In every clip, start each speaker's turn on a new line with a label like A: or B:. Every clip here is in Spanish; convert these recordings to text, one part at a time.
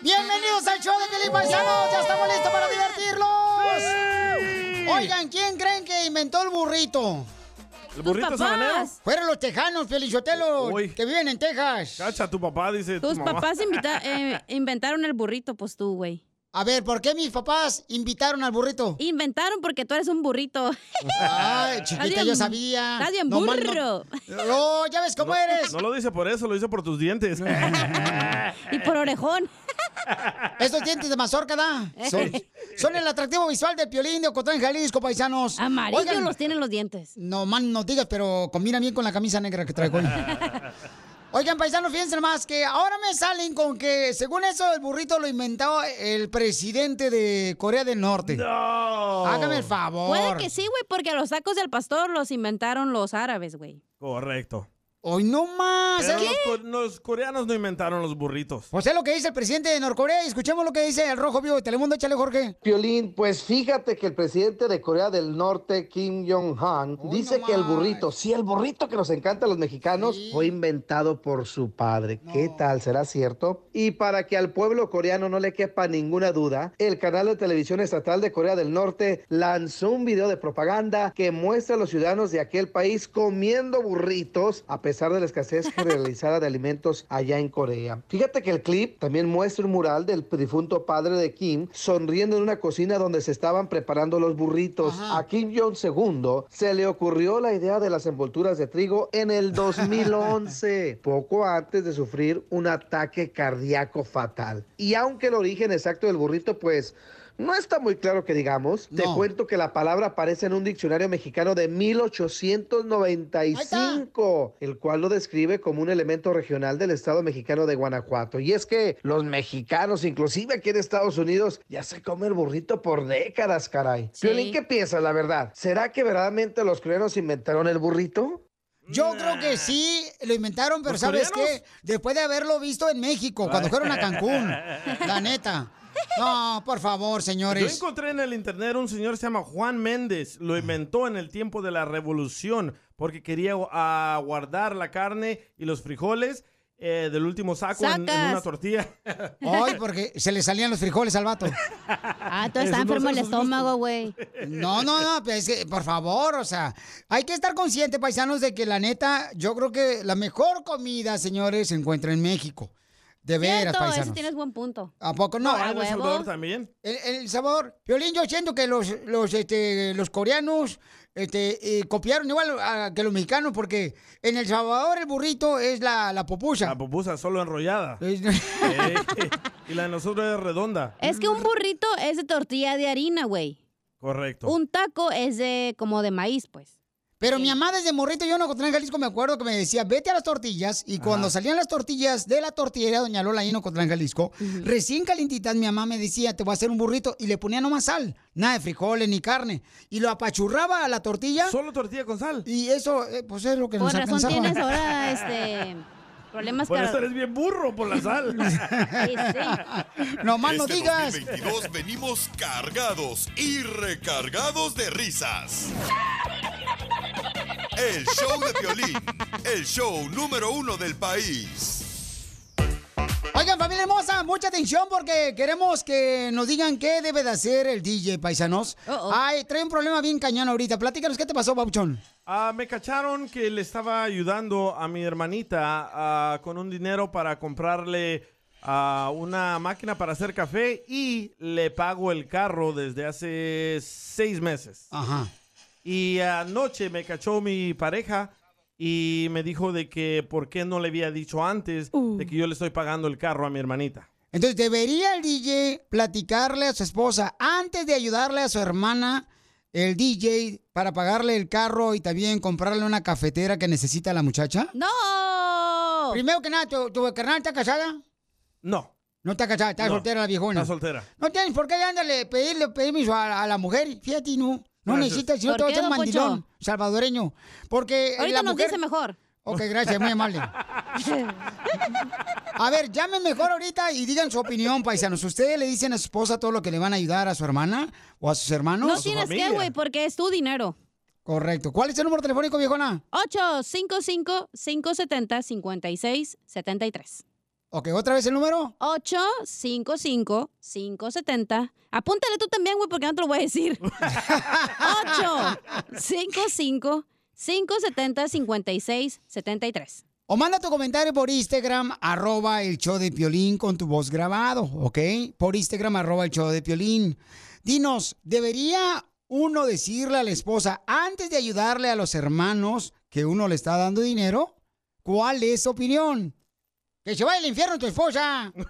A: Bienvenidos al show de Felipe Paisano. Ya estamos listos para divertirlos. Oigan, ¿quién creen que inventó el burrito?
B: ¿El burrito sabanero?
A: Fueron los tejanos, Feliciotelo,
B: Uy.
A: que viven en Texas.
B: Cacha, tu papá dice.
C: Tus
B: tu mamá.
C: papás invita- eh, inventaron el burrito, pues tú, güey.
A: A ver, ¿por qué mis papás invitaron al burrito?
C: Inventaron porque tú eres un burrito.
A: Ay, chiquita,
C: Estás bien-
A: yo sabía.
C: Estás bien
A: No, man,
C: burro.
A: No, No, ya ves cómo eres.
B: No lo dice por eso, lo dice por tus dientes.
C: Y por orejón. Eh.
A: Estos dientes de mazorca, ¿da? Son, son el atractivo visual del piolín de Ocotán, Jalisco, paisanos.
C: Amarillo
A: Oigan,
C: los tienen los dientes.
A: No, man, no digas, pero combina bien con la camisa negra que traigo hoy. Oigan, paisanos, fíjense más que ahora me salen con que, según eso, el burrito lo inventó el presidente de Corea del Norte.
B: No.
A: Hágame el favor.
C: Puede que sí, güey, porque los tacos del pastor los inventaron los árabes, güey.
B: Correcto.
A: Hoy no más.
B: Pero
A: ¿eh?
B: Los, co- los coreanos no inventaron los burritos.
A: Pues es lo que dice el presidente de Norcorea. y Escuchemos lo que dice el Rojo Vivo de Telemundo. Échale, Jorge.
D: Piolín, pues fíjate que el presidente de Corea del Norte, Kim Jong-un, dice que el burrito, sí, el burrito que nos encanta a los mexicanos, fue inventado por su padre. ¿Qué tal? ¿Será cierto? Y para que al pueblo coreano no le quepa ninguna duda, el canal de televisión estatal de Corea del Norte lanzó un video de propaganda que muestra a los ciudadanos de aquel país comiendo burritos a pesar de la escasez generalizada de alimentos allá en Corea. Fíjate que el clip también muestra un mural del difunto padre de Kim sonriendo en una cocina donde se estaban preparando los burritos. A Kim Jong II se le ocurrió la idea de las envolturas de trigo en el 2011, poco antes de sufrir un ataque cardíaco fatal. Y aunque el origen exacto del burrito, pues... No está muy claro que digamos. Te
A: No.
D: cuento que la palabra aparece en un diccionario mexicano de 1895, el cual lo describe como un elemento regional del estado mexicano de Guanajuato. Y es que los mexicanos, inclusive aquí en Estados Unidos, ya se come el burrito por décadas, caray.
C: Sí.
D: Piolín, ¿qué piensas, la verdad? ¿Será que verdaderamente los coreanos inventaron el burrito?
A: Yo creo que sí lo inventaron, pero
D: ¿Los
A: ¿sabes
D: coreanos?
A: qué? Después de haberlo visto en México, cuando fueron a Cancún. La neta. No, por favor,
B: Yo
A: señores. Ah.
B: encontré en el internet un señor se llama Juan Méndez, lo inventó en el tiempo de la revolución porque quería ah, guardar la carne y los frijoles eh, del último saco en, en
A: Sacas.
B: una tortilla.
A: Ay, porque se le salían los frijoles al vato.
C: Ah, entonces está enfermo el estómago, güey.
A: No, no, no, pues, es que, por favor, o sea, hay que estar conscientes, paisanos, de que la neta, yo creo que la mejor comida, señores, se encuentra en México. De veras,
C: Cierto, ese
A: paisanos.
C: tienes buen punto.
A: ¿A poco no?
C: Ah, ¿en El Salvador huevo.
B: también?
A: El, el Salvador. Violín, yo siento que los, los, este, los coreanos este, eh, copiaron igual a- que los mexicanos, porque en El Salvador el burrito es la, la popusa. La
B: pupusa solo enrollada. Eh, y la de nosotros es redonda.
C: Es que un burrito es de tortilla de harina, güey.
B: Correcto.
C: Un taco es de como de maíz, pues.
A: Pero mi mamá desde morrito, yo en Ocotlán, Jalisco, me acuerdo que me decía, vete a las tortillas. Y cuando salían las tortillas de la tortillera, doña Lola, ahí en Ocotlán, Jalisco, recién calentitas, mi mamá me decía, te voy a hacer un burrito. Y le ponía nomás sal, nada de frijoles ni carne. Y lo apachurraba a la tortilla.
B: Solo tortilla con sal.
A: Y eso, eh, pues es lo que
C: Por
A: nos
C: razón
A: alcanzaba.
C: tienes ahora este problemas
B: Por eso
C: car-
B: este eres bien burro por la sal.
A: No más no
E: Este
A: digas.
E: 2022 venimos cargados y recargados de risas. El show de violín, el show número uno del país.
A: Oigan, familia hermosa, mucha atención porque queremos que nos digan qué debe de hacer el DJ, paisanos. Ay, trae un problema bien cañón ahorita. Platícanos, ¿qué te pasó, Bauchón?
B: Ah, me cacharon que le estaba ayudando a mi hermanita ah, con un dinero para comprarle ah, una máquina para hacer café y le pago el carro desde hace seis meses.
A: Ajá.
B: Y anoche me cachó mi pareja y me dijo de que por qué no le había dicho antes de que yo le estoy pagando el carro a mi hermanita.
A: Entonces, ¿debería el DJ platicarle a su esposa antes de ayudarle a su hermana, el DJ, para pagarle el carro y también comprarle una cafetera que necesita la muchacha?
C: ¡No!
A: Primero que nada, ¿tu, tu carnal está casada?
B: No.
A: No está casada, está
B: No,
A: soltera la viejona.
B: Está soltera.
A: No tienes por qué andarle pedirle permiso a, a la mujer, fíjate, no. No
B: Gracias.
A: necesitas, si no
B: ¿Por
A: te vas
B: qué,
A: a hacer
B: don Poncho?
A: mandilón salvadoreño. Porque eh,
C: Ahorita
A: la
C: nos
A: mujer...
C: dice mejor.
A: Ok, gracias, muy amable. A ver, llamen mejor ahorita y digan su opinión, paisanos. ¿Ustedes le dicen a su esposa todo lo que le van a ayudar a su hermana o a sus hermanos?
C: No tienes que, güey, porque es tu dinero.
A: Correcto. ¿Cuál es el número telefónico, viejona?
C: 855-570-5673.
A: Ok, otra vez el número.
C: 855-570. Apúntale tú también, güey, porque no te lo voy a decir. 855-570-5673.
A: O manda tu comentario por Instagram, arroba el show de Piolín con tu voz grabado, ¿ok? Por Instagram, arroba el show de Piolín. Dinos, ¿debería uno decirle a la esposa, antes de ayudarle a los hermanos que uno le está dando dinero, cuál es su opinión? ¡Que se vaya al infierno tu esposa!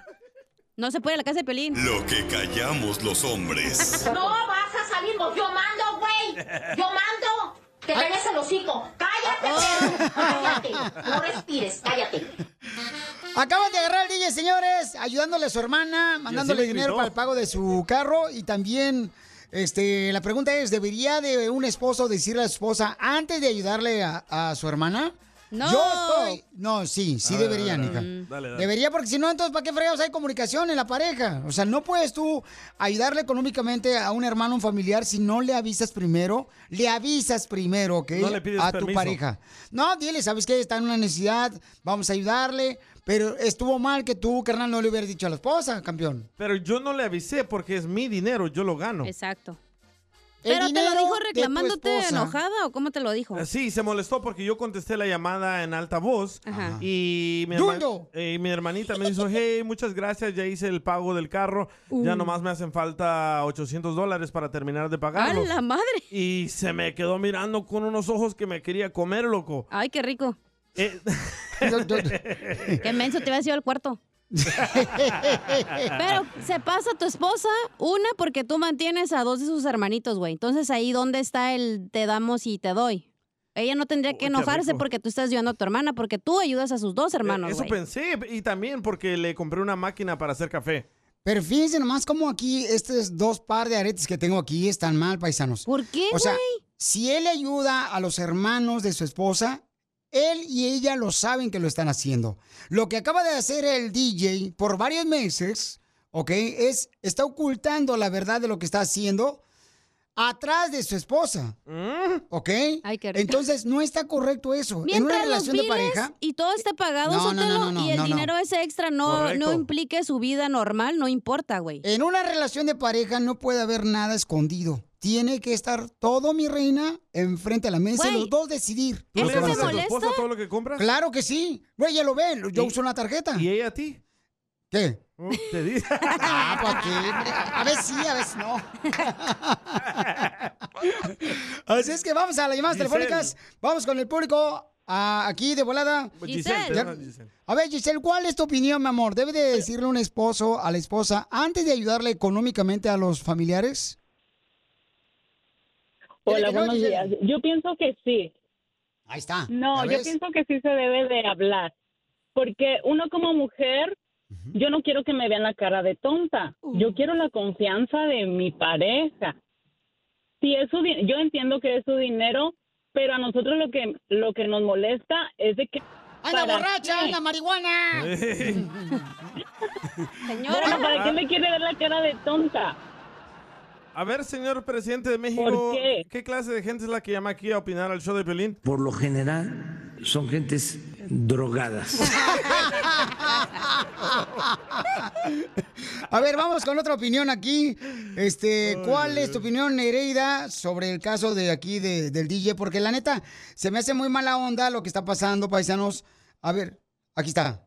C: No se puede a la casa de Piolín.
E: Lo que callamos los hombres.
F: No vas a salir, vos. yo mando, güey. Yo mando. Te
E: Ay.
F: calles el hocico.
A: Oh.
F: Cállate, perro. Cállate. No respires, cállate.
A: Acaban de agarrar al DJ, señores, ayudándole a su hermana, mandándole
F: le
A: dinero
F: gritó.
A: para el pago de su carro y también... Este, la pregunta es, ¿debería de un esposo decirle a su esposa antes de ayudarle a, a su hermana?
C: No.
A: Yo estoy... No, sí, sí ¿eh?
B: A ver,
A: debería,
B: a ver, a
A: hija.
C: Mm.
B: ver. Dale, dale.
A: Debería, porque si no, entonces, ¿para qué fregados hay comunicación en la pareja? O sea, no puedes tú ayudarle económicamente a un hermano, un familiar, si no le avisas primero, le avisas primero, ¿ok?
B: No le pides
A: a tu
B: permiso.
A: pareja. No, dile, ¿sabes qué? Está en una necesidad, vamos a ayudarle, pero estuvo mal que tú, carnal, no le hubieras dicho a la esposa, campeón.
B: Pero yo no le avisé porque es mi dinero, yo lo gano.
C: Exacto.
A: El
C: ¿Pero te lo
A: dinero
C: dijo
A: de tu
C: reclamándote
B: esposa.
C: enojada o cómo te lo dijo?
B: Sí, se molestó porque yo contesté la llamada en alta voz
C: Ajá.
B: y mi, herma- eh, y mi hermanita me dijo, hey, muchas gracias, ya hice el pago del carro, ya
C: Uh.
B: nomás me hacen falta 800 dólares para terminar de pagarlo.
C: ¡A la madre!
B: Y se me quedó mirando con unos ojos que me quería comer, loco.
C: Ay, qué rico.
B: Eh,
C: Qué menso te habías ido al cuarto. Pero se pasa tu esposa, una porque tú mantienes a dos de sus hermanitos, güey. Entonces ahí dónde está el te damos y te doy. Ella no
A: Oh,
C: tendría que
B: qué
C: enojarse
B: rico.
C: porque tú estás ayudando a tu hermana, porque tú ayudas a sus
A: Eh,
C: dos hermanos,
B: E-, Eso
C: güey.
B: pensé, y también porque le compré una máquina para hacer café.
A: Pero fíjense nomás cómo aquí estos dos par de aretes que tengo aquí están mal, paisanos.
C: ¿Por qué,
A: O sea,
C: güey?
A: si él ayuda a los hermanos de su esposa, él y ella lo saben que lo están haciendo. Lo que acaba de hacer el DJ por varios meses, ¿ok? Es, está ocultando la verdad de lo que está haciendo atrás de su esposa, ¿ok?
C: rico.
A: Entonces, no está correcto eso. en una
C: Mientras los
A: relación de
C: biles
A: pareja...
C: y todo esté pagado,
A: No, no, no,
C: Sotelo,
A: no, no,
C: y el
A: no, no.
C: dinero ese extra no,
A: Correcto.
C: no implique su vida normal, no importa, güey.
A: En una relación de pareja no puede haber nada escondido. Tiene que estar todo, mi reina, enfrente a la mesa y
C: Güey,
A: los dos decidir.
B: ¿Tú
A: lo
B: le
A: que van a
B: das a tu
A: hacer.
B: esposa todo lo que compras?
A: Claro que sí. Güey, ya lo ven. Yo uso una tarjeta. ¿Y
B: ella a ti? Oh,
A: ¿Qué?
B: Te di.
A: Ah, pues aquí, A veces sí, a veces no. Así es que vamos a las llamadas
B: Giselle.
A: telefónicas. Vamos con el público ah, aquí de volada.
B: Giselle,
A: Ya-
B: perdón, Giselle.
A: A ver, Giselle, ¿cuál es tu opinión, mi amor? ¿Debe de decirle un esposo a la esposa antes de ayudarle económicamente a los familiares?
G: Hola,
A: Dile que no,
G: buenos
A: Giselle.
G: días. Yo pienso que sí.
A: Ahí está.
G: No,
A: ¿Ya
G: yo
A: ves?
G: pienso que sí se debe de hablar. Porque uno como mujer, yo no quiero que me vean la cara de tonta. Yo quiero la confianza de mi pareja. Si es su di- yo entiendo que es su dinero, pero a nosotros lo que lo que nos molesta es de que
A: ¡Anda
G: ¿para
A: borracha,
G: qué?
A: anda marihuana!
C: Señora.
G: Bueno, ¿para qué me quiere ver la cara de tonta?
B: A ver, señor presidente de México,
G: ¿Por
B: qué? clase de gente es la que llama aquí a opinar al show de Pelín?
H: Por lo general son gentes drogadas.
A: A ver, vamos con otra opinión aquí. Este, ¿cuál es tu opinión, Nereida, sobre el caso de aquí de- del DJ? Porque la neta, se me hace muy mala onda lo que está pasando, paisanos. A ver, aquí está.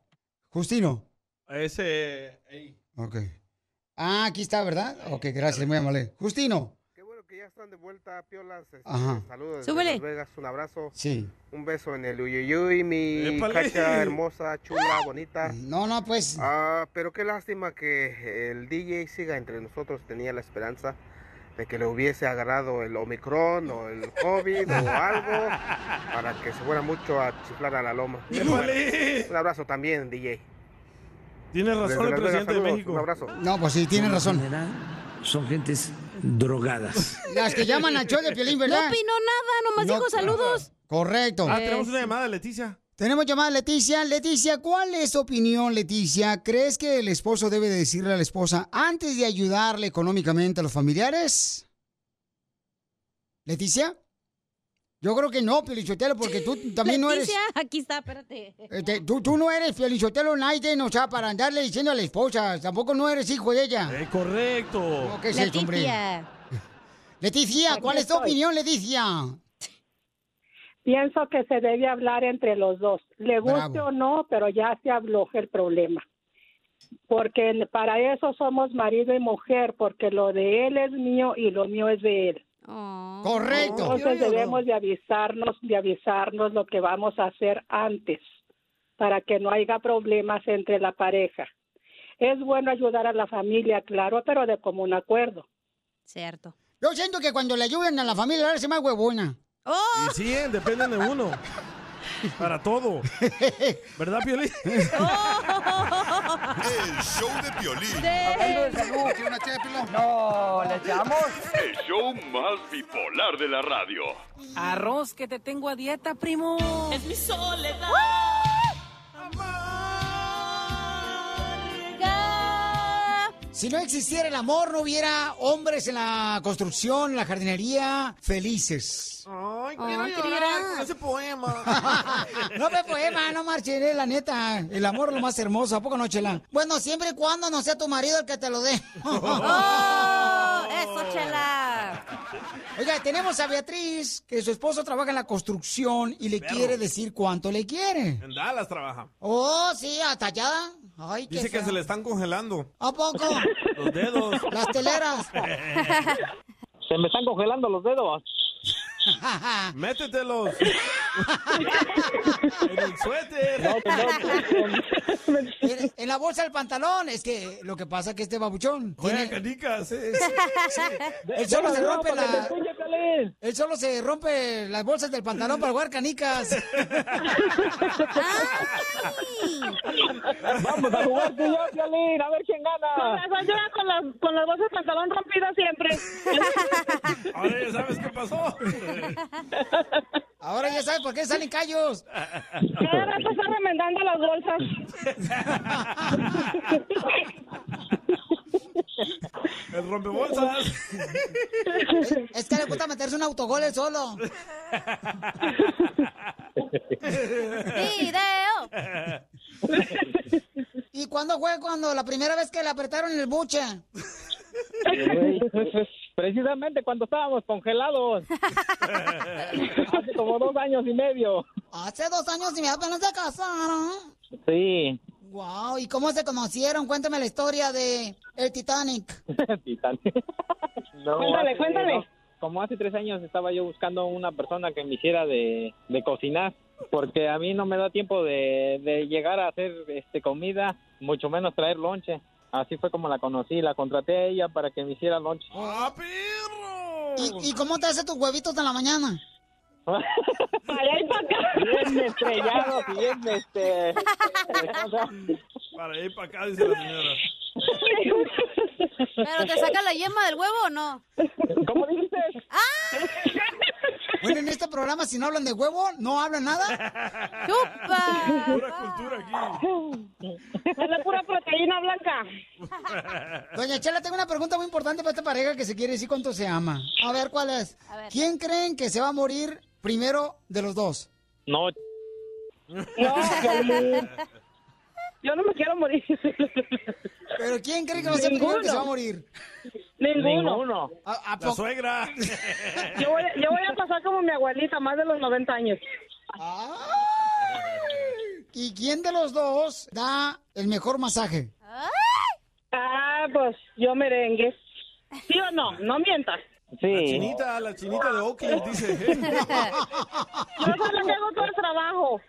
A: Justino.
B: Ese...
A: Ok. Ah, aquí está, ¿verdad? Ok, gracias, muy amable. Justino. Ajá.
I: Saludos desde
A: Súbele.
I: Las Vegas, un abrazo.
A: Sí.
I: Un beso en el uyuyuy, mi
A: Épale.
I: cacha hermosa, chula, bonita.
A: No, no, pues.
I: Ah, pero qué lástima que el DJ siga entre nosotros. Tenía la esperanza de que le hubiese agarrado el Omicron o el COVID o algo para que se fuera mucho a chiflar a la loma. Pero bueno, un abrazo también, DJ.
B: Tienes
I: Desde
B: razón el
I: Las Vegas,
B: presidente de
I: saludos,
B: México.
I: Un abrazo.
A: No, pues sí, tienes razón.
H: Son gentes drogadas.
A: Las que llaman al show de Piolín, ¿verdad?
C: No opinó nada, nomás
A: No-
C: dijo saludos.
A: Correcto.
B: Ah, tenemos una llamada, Leticia.
A: Tenemos llamada a Leticia. Leticia, ¿cuál es tu opinión, Leticia? ¿Crees que el esposo debe de decirle a la esposa antes de ayudarle económicamente a los familiares? ¿Leticia? Yo creo que no, Pielichotelo, porque tú también no eres.
C: Leticia, aquí está, espérate.
A: este, tú, tú no eres Pielichotelo Naiden, o sea, para andarle diciendo a la esposa. Tampoco no eres hijo de ella.
B: Eh, correcto.
A: No, ¿qué es eso, hombre? Leticia,
J: Aquí
A: ¿cuál es tu
J: estoy.
A: opinión, Leticia?
J: Pienso que se debe hablar entre los dos, le guste
A: Bravo.
J: o no, pero ya se habló el problema. Porque el- para eso somos marido y mujer, porque lo de él es mío y lo mío es de él.
A: Ah. Correcto.
J: Entonces debemos de avisarnos, de avisarnos lo que vamos a hacer antes, para que no haya problemas entre la pareja. Es bueno ayudar a la familia, claro, pero de común acuerdo.
C: Cierto.
A: Yo siento que cuando le ayudan a la familia, ahora se más huevona.
B: Y sí, eh, dependen de uno. Para todo. ¿Verdad, Piolín?
E: El show de Piolín.
K: No, ¿le echamos?
E: El show más bipolar de la radio.
K: Arroz que te tengo a dieta, primo. Es mi soledad.
A: Si no existiera el amor, no hubiera hombres en la construcción, la jardinería, felices.
B: Ay,
A: quiero Ay, quiero
K: llorar
A: llorar.
K: con ese
A: poema. Ah, no me poema, no marchen, eh, la neta. El amor es lo más hermoso, ¿a poco no, Chela? Bueno, siempre y cuando no sea tu marido el que te lo dé.
C: Oh, ¡Eso, Chela!
A: Oiga, tenemos a Beatriz, que su esposo trabaja en la construcción y le
B: Perro.
A: quiere decir cuánto le quiere.
B: En Dallas trabaja.
A: Oh, sí, hasta allá. Ay, qué
B: Dice que
A: feo.
B: se le están congelando
A: ¿A poco?
B: los dedos.
A: Las teleras.
L: Se me están congelando los dedos.
B: Métetelos. en el suéter.
L: pues
A: en, en la bolsa del pantalón. Es que lo que pasa es que este babuchón.
B: Juega
A: tiene-
B: canicas. eh.
A: Sí. Él solo se rompe la. Él solo se rompe las bolsas del pantalón para jugar canicas.
L: Vamos Pues, a jugar tú y yo, Piolín, a ver quién
G: Con
L: gana.
G: razón llora con las, con las bolsas de pantalón rompidas siempre.
B: Ahora ya sabes qué pasó.
A: Ahora ya sabes por qué salen callos.
G: Cada rato está remendando las bolsas.
B: El rompebolsas.
A: Es que le gusta meterse un autogol él solo.
C: ¡Video!
A: ¿Y cuándo fue cuando la primera vez que le apretaron el buche?
L: pues Precisamente cuando estábamos congelados. Hace como dos años y medio.
A: Hace dos años y me apenas se casaron.
L: Sí.
A: Wow, ¿y cómo se conocieron? Cuéntame la historia de el Titanic.
L: Titanic. No,
A: Cuéntale,
L: hace-
A: cuéntale.
L: no, como hace tres años estaba yo buscando una persona que me hiciera de, de cocinar, porque a mí no me da tiempo de, de llegar a hacer este comida, mucho menos traer lonche. Así fue como la conocí, la contraté a ella para que me hiciera lonche.
A: Oh. ¿Y, y cómo te hace tus huevitos en la mañana?
L: Bien estrellados y bien este...
G: eh,
B: Para ir para acá, dice la señora.
C: ¿Pero te saca la yema del huevo o no?
L: ¿Cómo dijiste?
A: Ah. Bueno, en este programa si no hablan de huevo, no hablan nada.
C: ¡Chupa!
B: Pura cultura aquí.
A: Es la pura proteína blanca. Doña Chela, tengo una pregunta muy importante para esta pareja que se quiere decir cuánto se ama. A ver, ¿cuál es? ¿Quién creen que se va a morir primero de los dos?
L: No.
G: Yo no me quiero morir.
A: ¿Pero quién cree que va a ser el primero que se va a morir?
G: Ninguno.
A: ¿A, a
G: La
A: poco?
B: suegra.
G: Yo voy, yo voy a pasar como mi abuelita, más de los 90 años.
A: ¿Y quién de los dos da el mejor masaje?
G: Ah, pues yo merengue. ¿Sí o no? No mientas.
B: La chinita, la chinita de Oakland, dice.
G: Yo solo le hago todo el trabajo.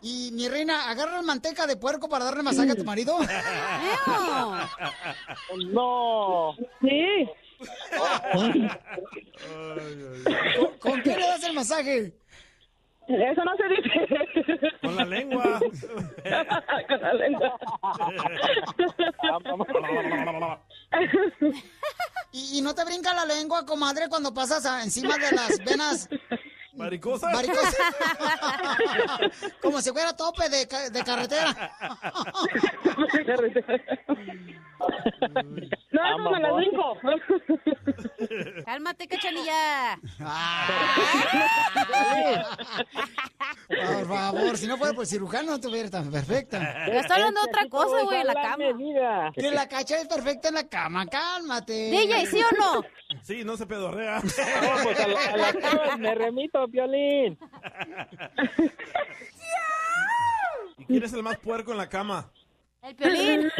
A: Y mi reina, ¿agarra manteca de puerco para darle masaje a tu marido?
L: No.
A: Sí. ¿Con, con qué le das el masaje?
G: Eso no se dice.
B: Con la lengua.
G: Con la lengua.
A: ¿Y, y no te brinca la lengua, comadre, cuando pasas a- encima de las venas
B: Maricosa.
A: varicosas? Como si fuera tope de, ca- de carretera.
G: No, eso me la brinco.
C: ¡Cálmate, cachanilla!
A: Por favor, si no fuera por cirujano, estuviera tan perfecta.
C: Yo estoy hablando de otra cosa, güey, en la cama.
A: Que la cacha es perfecta en la cama, cálmate.
C: DJ, ¿sí o no?
B: Sí, no se pedorrea.
L: pues a, la- a las pruebas me remito, Piolín.
B: ¿Y quién es el más puerco en la cama?
C: El Piolín.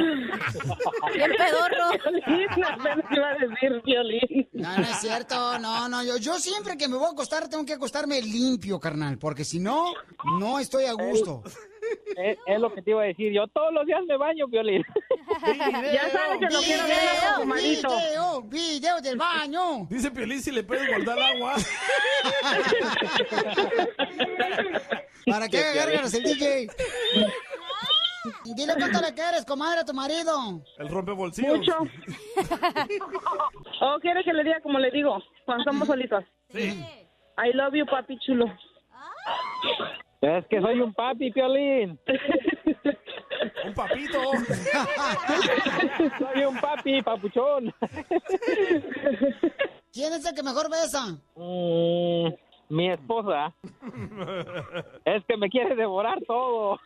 C: Bien pedorro.
A: iba a decir violín. No, no es cierto, no, no. Yo, yo siempre que me voy a acostar tengo que acostarme limpio, carnal, porque si no, no estoy a gusto.
L: Es, Eh, es lo que te iba a decir. Yo todos los días me baño, Piolín.
G: Ya sabes que lo quiero ver más
A: Video,
G: afumadito.
A: video, video del baño.
B: Dice Piolín si le puedes guardar agua.
A: ¿Para qué gárgaras el DJ? Dile cuánto le quieres, comadre, a tu marido.
B: El rompe bolsillos.
G: Mucho. ¿O Oh, quiere que le diga como le digo? Cuando estamos solitos.
B: Sí.
G: I love you, papi chulo.
L: Es que soy un papi, Piolín.
B: Un papito.
L: Soy un papi, papuchón.
A: ¿Quién es el que mejor besa?
L: Mm, mi esposa. Es que me quiere devorar todo.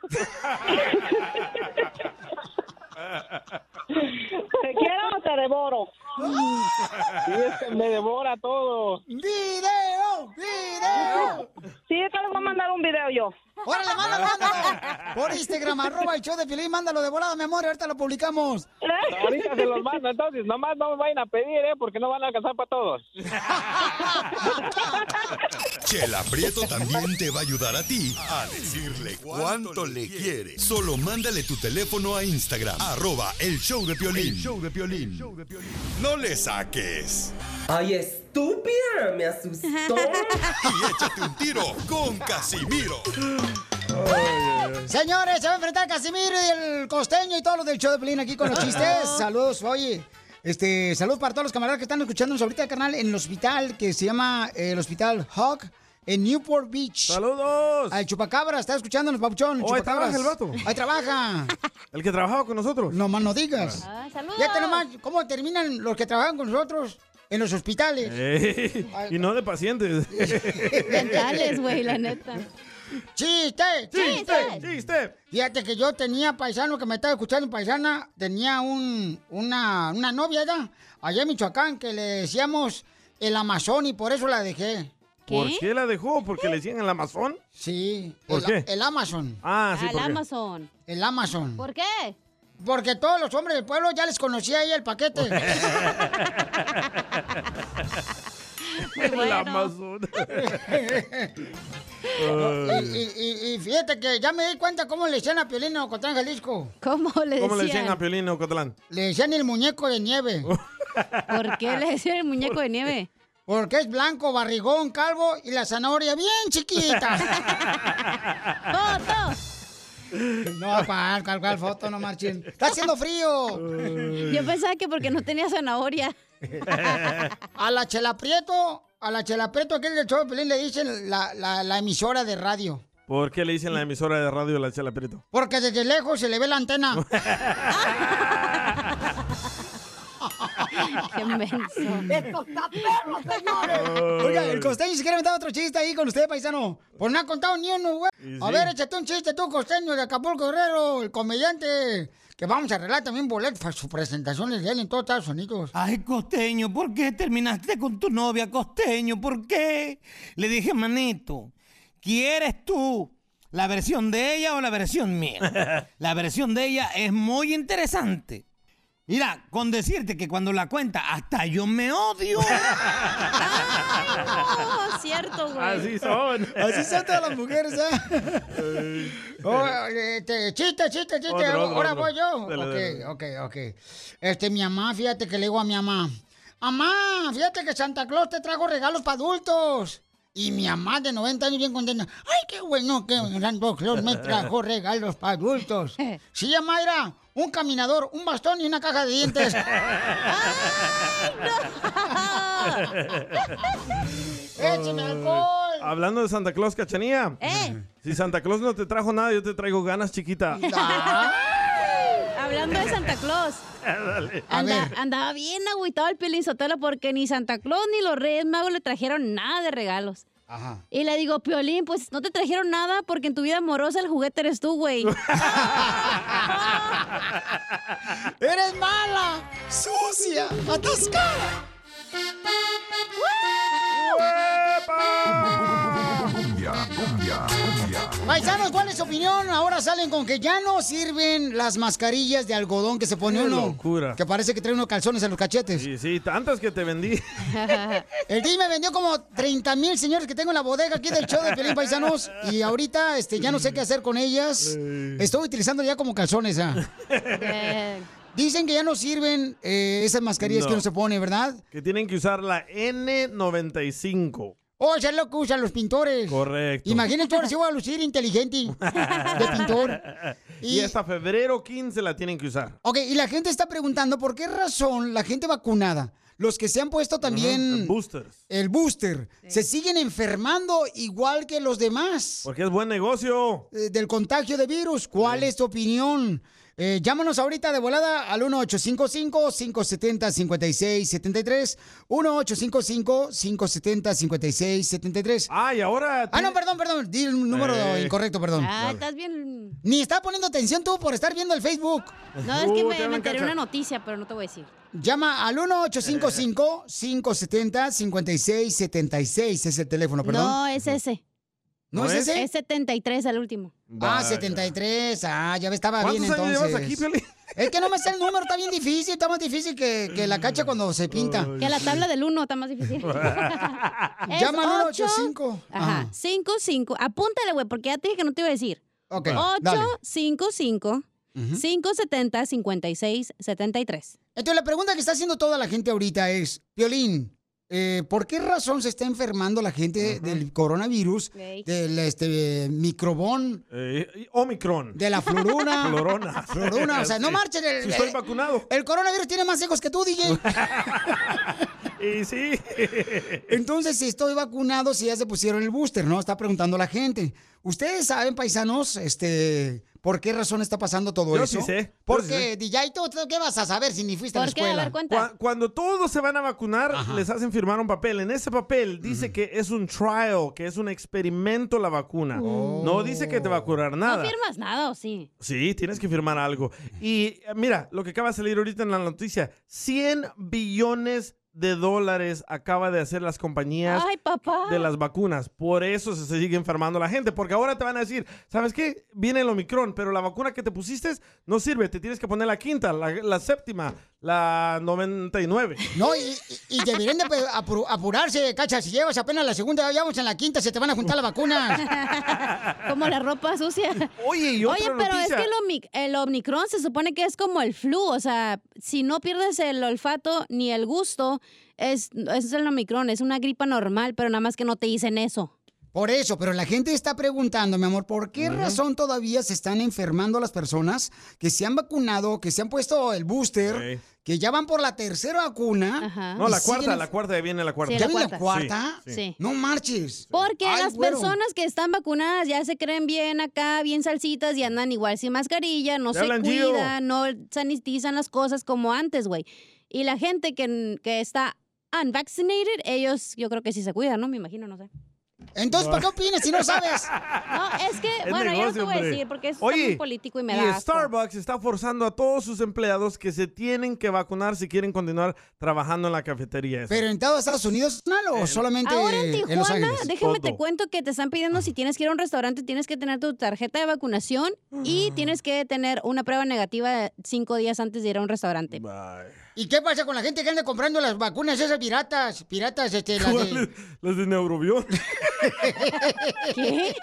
G: ¿Te quiero o te devoro?
L: Y es que me devora todo.
A: ¡Video! ¡Video!
G: Sí, te le voy a mandar un video yo.
A: ¡Órale, mándalo, mándalo! Por Instagram, arroba el show de Piolín, mándalo de volada, mi amor, y ahorita lo publicamos.
L: Ahorita se los mando, entonces nomás no me vayan a pedir, ¿eh? Porque no van a alcanzar para todos.
E: Chela Prieto también te va a ayudar a ti a decirle cuánto le quiere. Solo mándale tu teléfono a Instagram, arroba el show de Piolín. No le saques.
M: ¡Ay, estúpida! Me asustó.
E: Y échate un tiro con Casimiro.
A: Señores, se va a enfrentar Casimiro y el costeño y todos los del show de Pelín aquí con los chistes. Saludos, oye. Este, saludos para todos los camaradas que están escuchándonos ahorita, canal en el hospital que se llama eh, el Hospital Hawk en Newport Beach.
B: ¡Saludos!
A: Al Chupacabra, está escuchándonos, papuchón.
B: Oh, ahí
A: Chupacabras.
B: trabaja el vato.
A: Ahí trabaja.
B: El que trabajaba con nosotros.
A: No más no digas.
C: saludos.
A: Ya te nomás, ¿cómo terminan los que trabajan con nosotros en los hospitales?
B: Ey, y no de pacientes.
A: Dentales,
C: güey, la neta.
A: ¡Chiste!
B: ¡Chiste! ¡Chiste!
A: Fíjate que yo tenía paisano que me estaba escuchando, paisana, tenía un, una, una novia, ¿verdad? Allá en Michoacán, que le decíamos el Amazon y por eso la dejé.
B: ¿Por qué la dejó? ¿Porque le decían el Amazon?
A: Sí.
B: ¿Por
A: el,
B: qué?
A: El Amazon.
B: Ah, sí,
C: Al
B: ¿por qué?
C: Amazon.
A: El Amazon.
C: ¿Por qué?
A: Porque todos los hombres del pueblo ya les conocía ahí el paquete.
B: El
A: bueno.
B: Amazon.
A: y, y- y- y fíjate que ya me di cuenta cómo le decían a Piolín en Ocotlán, Jalisco.
C: ¿Cómo le
B: ¿Cómo le Oh. decían a Piolín o Cotlán?
A: Le decían el muñeco de nieve.
C: ¿Por qué le decían el muñeco de nieve?
A: Porque es blanco, barrigón, calvo y la zanahoria bien chiquita.
C: ¡Fotos!
A: No, cuál, cuál, cuál foto, no marchen. ¡Está haciendo frío!
C: Yo pensaba que porque no tenía zanahoria.
A: A la Chela Prieto, a la Chela Prieto, aquel del show de Pelín, le dicen la, la- la emisora de radio.
B: ¿Por qué le dicen la emisora de radio la Chela Prieto?
A: Porque desde lejos se le ve la antena.
C: ¡Qué
M: ¡Esto está perro, señores!
A: Oiga, el costeño se quiere meter otro chiste ahí con usted, paisano. Pues no ha contado ni uno, güey.
M: Y
A: A
M: sí.
A: ver, échate un chiste tú, costeño de Acapulco Guerrero, el comediante. Que vamos a arreglar también boletos para sus presentaciones de él en todos Estados Unidos.
N: Ay, costeño, ¿por qué terminaste con tu novia, costeño? ¿Por qué? Le dije, manito, ¿quieres tú la versión de ella o la versión mía? La versión de ella es muy interesante. Mira, con decirte que cuando la cuenta, hasta yo me odio.
C: No, Oh, cierto, güey.
A: Así son todas las mujeres, ¿eh? Oh, este, chiste, chiste, chiste.
M: Otro, otro,
A: Ahora
M: otro.
A: voy yo.
M: Dale, dale.
A: ok, ok, ok. Este, mi mamá, fíjate que le digo a mi mamá. Mamá, fíjate que Santa Claus te trajo regalos para adultos. Y mi mamá de 90 años bien contenta. Ay, qué bueno que Santa Claus me trajo regalos para adultos. Sí, mamá, era un caminador, un bastón y una caja de dientes. ¡Écheme alcohol!
B: Hablando de Santa Claus, Cachanía.
C: Eh.
B: Si Santa Claus no te trajo nada, yo te traigo ganas, chiquita.
A: Ah.
C: hablando de Santa Claus.
B: Ándale.
C: Anda- andaba bien agüitado el Piolín Sotelo porque ni Santa Claus ni los Reyes Magos le trajeron nada de regalos.
A: Ajá.
C: Y le digo, Piolín, pues no te trajeron nada porque en tu vida amorosa el juguete eres tú, güey.
A: Ah, ¡Eres mala! ¡Sucia! ¡Atascada!
E: Cumbia, cumbia, cumbia.
A: Paisanos, ¿cuál es su opinión? Ahora salen con que ya no sirven las mascarillas de algodón que se pone
B: Qué
A: uno.
B: locura.
A: Que parece que trae unos calzones en los cachetes.
B: Sí, sí, tantas que te vendí.
A: El DJ me vendió como 30 mil señores que tengo en la bodega aquí del show de Pelín Paisanos. Y ahorita este, ya no sé qué hacer con ellas. Estoy utilizando ya como calzones. ah. Dicen que ya no sirven eh, esas mascarillas que
B: No.
A: uno se pone, ¿verdad?
B: Que tienen que usar la N95.
A: O sea, es lo que usan los pintores.
B: Correcto.
A: Imagínate, ahora sí voy a lucir inteligente de pintor.
B: Y, hasta febrero 15 la tienen que usar.
A: Ok, y la gente está preguntando por qué razón la gente vacunada, los que se han puesto también
B: Ujú, Boosters.
A: el booster, se siguen enfermando igual que los demás
B: Porque es buen negocio.
A: eh, del contagio de virus. ¿Cuál es tu opinión? Eh, llámanos ahorita de volada al 1855-570-5673. 1855-570-5673.
B: Ah, y ahora.
A: Ah, no, perdón, perdón. Di el número
B: Eh.
A: incorrecto, perdón.
C: Ah, estás bien.
A: Ni está poniendo atención tú por estar viendo el Facebook.
C: No, es
A: Uh,
C: que me, me enteré una noticia, pero no te voy a decir.
A: Llama al 1-855-570-5676. Es el teléfono, Ah, perdón.
C: No, es ese.
A: ¿No es ese?
C: Es 73, al último.
A: Ah, 73. Ah, ya me estaba
C: ¿Cuántos
A: bien
C: años
A: entonces.
C: llevas aquí, Piolín?
A: Es que no me sé el número, está bien difícil, está más difícil que, que la cacha cuando se pinta.
C: Que la tabla del 1 está más difícil.
A: Llama al
C: 855.
A: 1-855.
C: Ajá. 55. Apúntale, güey, porque ya te dije que no te iba a decir.
A: Ok, dale.
C: 855 570 5673.
A: Entonces la pregunta que está haciendo toda la gente ahorita es, Violín, ¿por qué razón se está enfermando la gente del coronavirus,
C: Ey.
A: del este, microbón,
B: Eh, y- Omicron.
A: de la florona?
B: Florona.
A: Florona, o sea, no
B: Sí.
A: marchen. El,
B: Sí, estoy
A: el-
B: vacunado.
A: El coronavirus tiene más hijos que tú, DJ.
B: Y sí.
A: Entonces, si estoy vacunado, si ya se pusieron el booster, ¿no? Está preguntando la gente. ¿Ustedes saben, paisanos, este, por qué razón está pasando todo
B: Yo
A: eso?
B: sí sé, yo sí
A: Porque,
B: sé.
A: DJ, ¿tú, tú qué vas a saber si ni fuiste a la escuela?
B: Cua- Cuando todos se van a vacunar, les hacen firmar un papel. En ese papel dice que es un trial, que es un experimento la vacuna. No dice que te va a curar
C: ¿No
B: nada.
C: firmas nada o sí?
B: Sí, tienes que firmar algo. Y eh, mira, lo que acaba de salir ahorita en la noticia, 100 billones de dólares acaba de hacer las compañías
C: Ay, papá.
B: de las vacunas. Por eso se sigue enfermando la gente, porque ahora te van a decir, ¿sabes qué? Viene el Omicron, pero la vacuna que te pusiste no sirve, te tienes que poner la quinta, la, la séptima, la 99.
A: No, y, y- y deberían de pues, apu- apurarse, cacha. Si llevas apenas la segunda, ya vamos en la quinta, se te van a juntar las vacunas.
C: Como la ropa sucia.
B: Oye, y otra
C: pero
B: noticia.
C: es que el, omic- el Omicron se supone que es como el flu. O sea, si no pierdes el olfato ni el gusto, es, es el Omicron. Es una gripa normal, pero nada más que no te dicen eso.
A: Por eso, pero la gente está preguntando, mi amor, ¿por qué razón todavía se están enfermando las personas que se han vacunado, que se han puesto el booster, que ya van por la tercera vacuna?
B: No,
A: y
B: la
A: siguen
B: cuarta,
A: enf-
B: la cuarta, ahí viene la cuarta.
A: ¿Ya viene la cuarta?
B: Sí, sí.
A: No marches.
C: Porque
A: Ay,
C: las
A: güero.
C: personas que están vacunadas ya se creen bien acá, bien salsitas y andan igual sin mascarilla, no
B: Te
C: se
B: hablan, Gio.
C: cuidan, no sanitizan las cosas como antes, güey. Y la gente que, que está unvaccinated, ellos yo creo que sí se cuidan, ¿no? Me imagino, no sé.
A: Entonces, ¿para qué opinas si no sabes?
C: No, es que,
B: Es
C: bueno, yo no te
B: negocio,
C: voy a
B: hombre.
C: decir porque es
B: Oye,
C: muy político y me
B: y
C: da asco.
B: Starbucks está forzando a todos sus empleados que se tienen que vacunar si quieren continuar trabajando en la cafetería. esa.
A: Pero en todos Estados Unidos, ¿no? ¿O solamente
C: Em, Ahora en
A: en Los
C: Tijuana,
A: Ángeles?
C: déjame te
B: Todo.
C: cuento que te están pidiendo si tienes que ir a un restaurante, tienes que tener tu tarjeta de vacunación y
A: Ah.
C: tienes que tener una prueba negativa cinco días antes de ir a un restaurante.
A: ¿Y qué pasa con la gente que anda comprando las vacunas esas piratas? Piratas, este, las de...
B: ¿Cuáles? Las de Neurobión.
C: ¿Qué?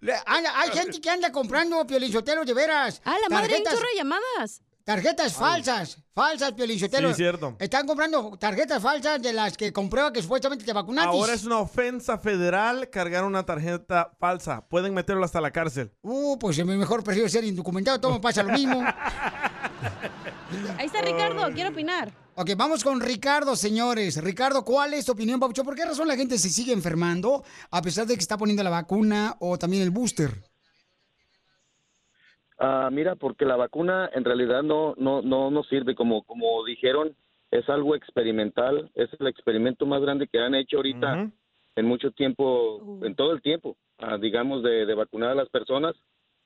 A: Le- anda- hay gente que anda comprando piolichoteros de veras.
C: Ah, la madre, hay un chorro de llamadas.
A: Tarjetas falsas, falsas, piolichoteros.
B: Sí, cierto.
A: Están comprando tarjetas falsas de las que comprueba que supuestamente te vacunaste.
B: Ahora es una ofensa federal cargar una tarjeta falsa. Pueden meterlo hasta la cárcel.
A: Uh, pues a mí mejor prefiero ser indocumentado, todo me pasa lo mismo.
C: Ahí está Ricardo, quiero opinar.
A: Ok, vamos con Ricardo, señores. Ricardo, ¿cuál es tu opinión, Papucho? ¿Por qué razón la gente se sigue enfermando a pesar de que está poniendo la vacuna o también el booster?
O: Ah, mira, porque la vacuna en realidad no no no nos sirve como como dijeron, es algo experimental, es el experimento más grande que han hecho ahorita en mucho tiempo, en todo el tiempo, ah, digamos de, de vacunar a las personas.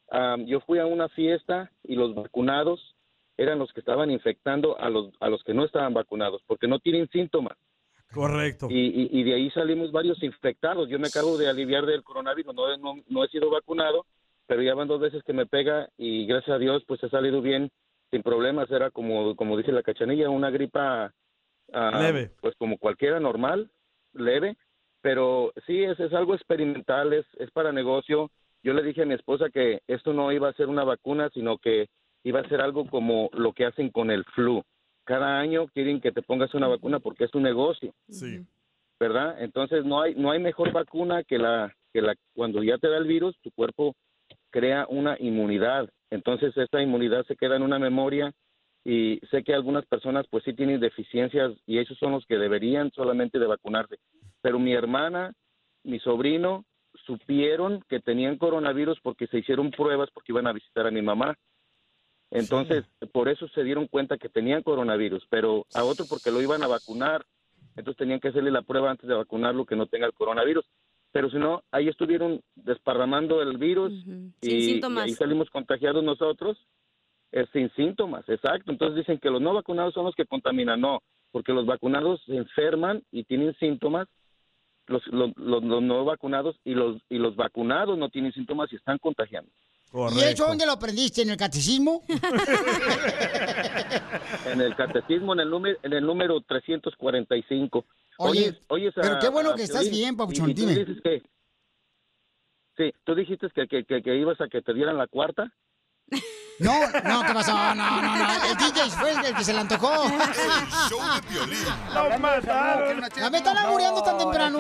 O: Ah, yo fui a una fiesta y los vacunados eran los que estaban infectando a los a los que no estaban vacunados porque no tienen síntomas.
B: Correcto.
O: Y, y- y de ahí salimos varios infectados. Yo me acabo de aliviar del coronavirus, no, no, no he sido vacunado, pero ya van dos veces que me pega y gracias a Dios pues he salido bien, sin problemas. Era como, como dice la cachanilla, una gripa ah,
B: Leve.
O: Pues como cualquiera normal, leve, pero sí es, es algo experimental, es, es para negocio. Yo le dije a mi esposa que esto no iba a ser una vacuna, sino que iba a ser algo como lo que hacen con el flu. Cada año quieren que te pongas una vacuna porque es un negocio.
B: Sí.
O: ¿verdad? Entonces no hay no hay mejor vacuna que la que la cuando ya te da el virus, tu cuerpo crea una inmunidad. Entonces esa inmunidad se queda en una memoria y sé que algunas personas pues sí tienen deficiencias y esos son los que deberían solamente de vacunarse. Pero mi hermana, mi sobrino supieron que tenían coronavirus porque se hicieron pruebas porque iban a visitar a mi mamá. Entonces, por eso se dieron cuenta que tenían coronavirus, pero a otro porque lo iban a vacunar entonces tenían que hacerle la prueba antes de vacunarlo que no tenga el coronavirus. Pero si no, ahí estuvieron desparramando el virus y,
C: Sin
O: y
C: síntomas.
O: ahí salimos contagiados nosotros eh, sin síntomas, exacto. Entonces dicen que los no vacunados son los que contaminan, no, porque los vacunados se enferman y tienen síntomas, los, los, los- los no vacunados y los, y los vacunados no tienen síntomas y están contagiando.
A: ¿Y eso dónde lo aprendiste? ¿En el catecismo?
O: En el catecismo, en el número, en el número 345.
A: Oye,
O: oyes
A: pero qué bueno que estás
O: Piolín,
A: bien, papuchón,
O: y- y tú
A: dime.
O: dices que- sí, tú dijiste que, que, que- que ibas a que te dieran la cuarta.
A: No, no, ¿qué pasó? No, no, no. El DJ fue el que se le antojó.
P: ¡Lo
A: mataron! ¡Ya me están albureando
Q: Oh,
A: tan temprano!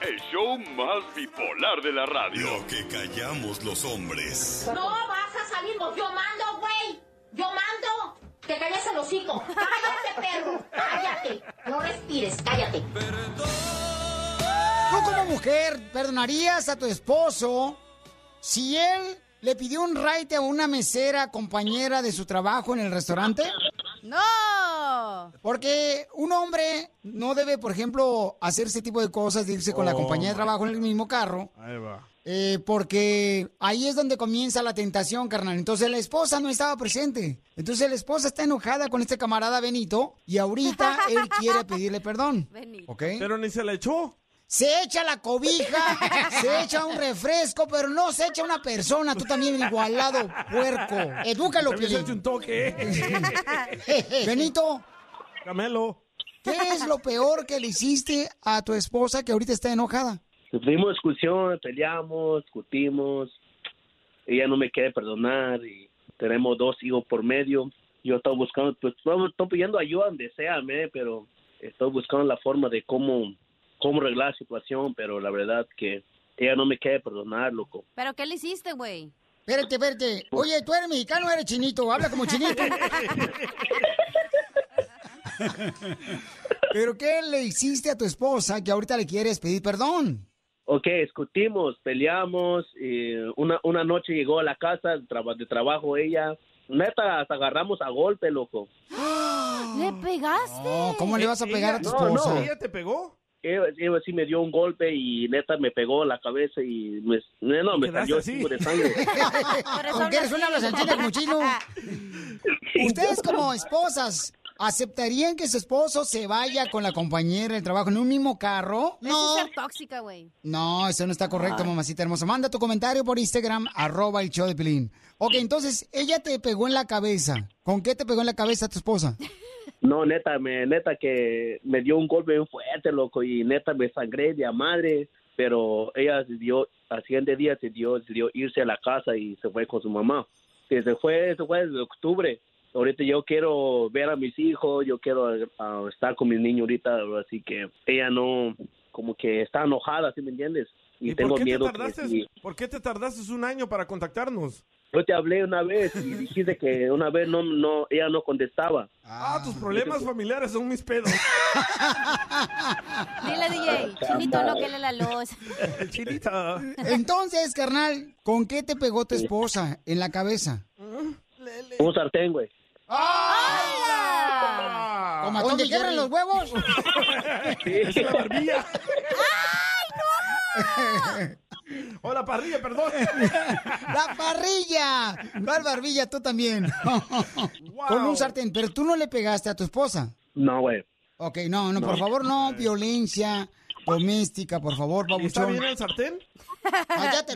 E: El show más bipolar de la radio. Lo que callamos los hombres.
F: No vas a salir vos. Yo mando, güey. Yo mando. Te callas el hocico. Cállate, perro. Cállate. No respires. Cállate.
A: Tú como mujer, ¿perdonarías a tu esposo si él le pidió un raite a una mesera compañera de su trabajo en el restaurante?
C: ¡No!
A: Porque un hombre no debe, por ejemplo, hacer ese tipo de cosas, de irse con la
B: Oh,
A: compañía de
B: my
A: trabajo en el mismo carro.
B: Ahí va.
A: Eh, porque ahí es donde comienza la tentación, carnal. Entonces la esposa no estaba presente. Entonces la esposa está enojada con este camarada Benito y ahorita él quiere pedirle perdón. ¿Ok?
B: Pero ni se la echó.
A: Se echa la cobija, se echa un refresco, pero no se echa una persona. Tú también igualado, puerco. Edúcalo,
B: También se echa
A: Piolín.
B: un toque.
A: Benito.
B: Camelo.
A: ¿Qué es lo peor que le hiciste a tu esposa que ahorita está enojada?
R: Tuvimos discusión, peleamos, discutimos. Ella no me quiere perdonar y tenemos dos hijos por medio. Yo estaba buscando, pues estaba- estoy pidiendo ayuda donde sea, me, pero estoy buscando la forma de cómo, cómo arreglar la situación, pero la verdad que ella no me quiere perdonar, loco.
C: ¿Pero qué le hiciste, güey?
A: Espérate, espérate. Oye, tú eres mexicano o eres chinito, habla como chinito. ¿Pero qué le hiciste a tu esposa que ahorita le quieres pedir perdón?
R: Ok, discutimos, peleamos. y una, una noche llegó a la casa de, traba- de trabajo ella. Neta, hasta agarramos a golpe, loco.
C: ¿Le pegaste?
R: No, no.
B: ¿Ella te pegó?
R: Eva, Eva sí me dio un golpe y neta me pegó la cabeza y me, no, me
B: quedaste
R: salió
B: así?
R: tipo de sangre.
S: Ah,
A: Aunque eres una de las anchitas como chino. Ustedes como esposas, ¿aceptarían que su esposo se vaya con la compañera del trabajo en un mismo carro?
C: No. Es ser tóxica, güey.
A: No, eso no está correcto,
C: Ay.
A: mamacita hermosa. Manda tu comentario por Instagram, arroba el show de Pilín. Ok, entonces, ella te pegó en la cabeza. ¿Con qué te pegó en la cabeza tu esposa?
R: No, neta, me, neta que me dio un golpe bien fuerte, loco, y neta me sangré de a madre, pero ella se dio, al siguiente día se dio, se dio irse a la casa y se fue con su mamá. Sí, se fue, se fue desde octubre. Ahorita yo quiero ver a mis hijos, yo quiero ah, estar con mis niños ahorita, así que ella no, como que está enojada, ¿sí me entiendes? Y,
B: ¿Por
R: tengo
B: qué, te
R: miedo. que
B: tardaste,
R: sí.
B: ¿Por qué te tardaste un año para contactarnos?
R: Yo te hablé una vez y dijiste que una vez no, no, ella no contestaba.
B: Ah, tus problemas familiares son mis pedos.
C: Dile, DJ, chinito no quele la luz.
B: Chinita.
A: Entonces, carnal, ¿con qué te pegó tu esposa en la cabeza?
R: Un sartén, güey.
A: ¿O matón
M: Oye,
A: que quebran
M: Jerry.
A: los huevos?
B: Es la barbilla. O la parrilla, perdón.
A: ¡La parrilla! ¿Cuál barbilla? Tú también. Con un sartén. Pero tú no le pegaste a tu esposa.
R: No, güey.
A: Ok, no, no, por
B: No.
A: favor, no. Violencia doméstica, por favor,
B: ¿Está
A: babuchón.
B: bien el sartén?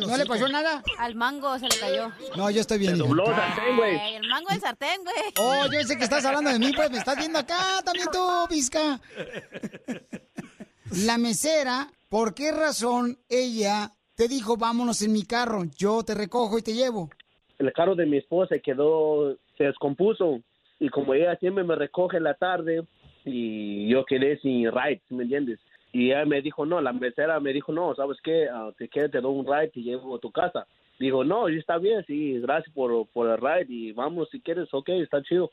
A: los ¿No le pasó nada?
C: Al mango se le cayó.
A: No, yo estoy bien.
B: ¿eh? Se
A: hija.
B: dobló el sartén, güey.
C: Ay, el mango del sartén, güey.
A: Oh, yo sé que estás hablando de mí, pues me estás viendo acá también tú, Vizca. La mesera, ¿por qué razón ella te dijo, vámonos en mi carro, yo te recojo y te llevo?
R: El carro de mi esposa quedó, se descompuso. Y como ella siempre me recoge en la tarde y yo quedé sin ride, ¿sí ¿me entiendes? Y ella me dijo, no, la mesera me dijo, no, ¿sabes qué? Ah, te quedas, te doy un ride y llevo a tu casa. Dijo, no, y está bien, sí, gracias por, por el ride y vamos si quieres, ok, está chido.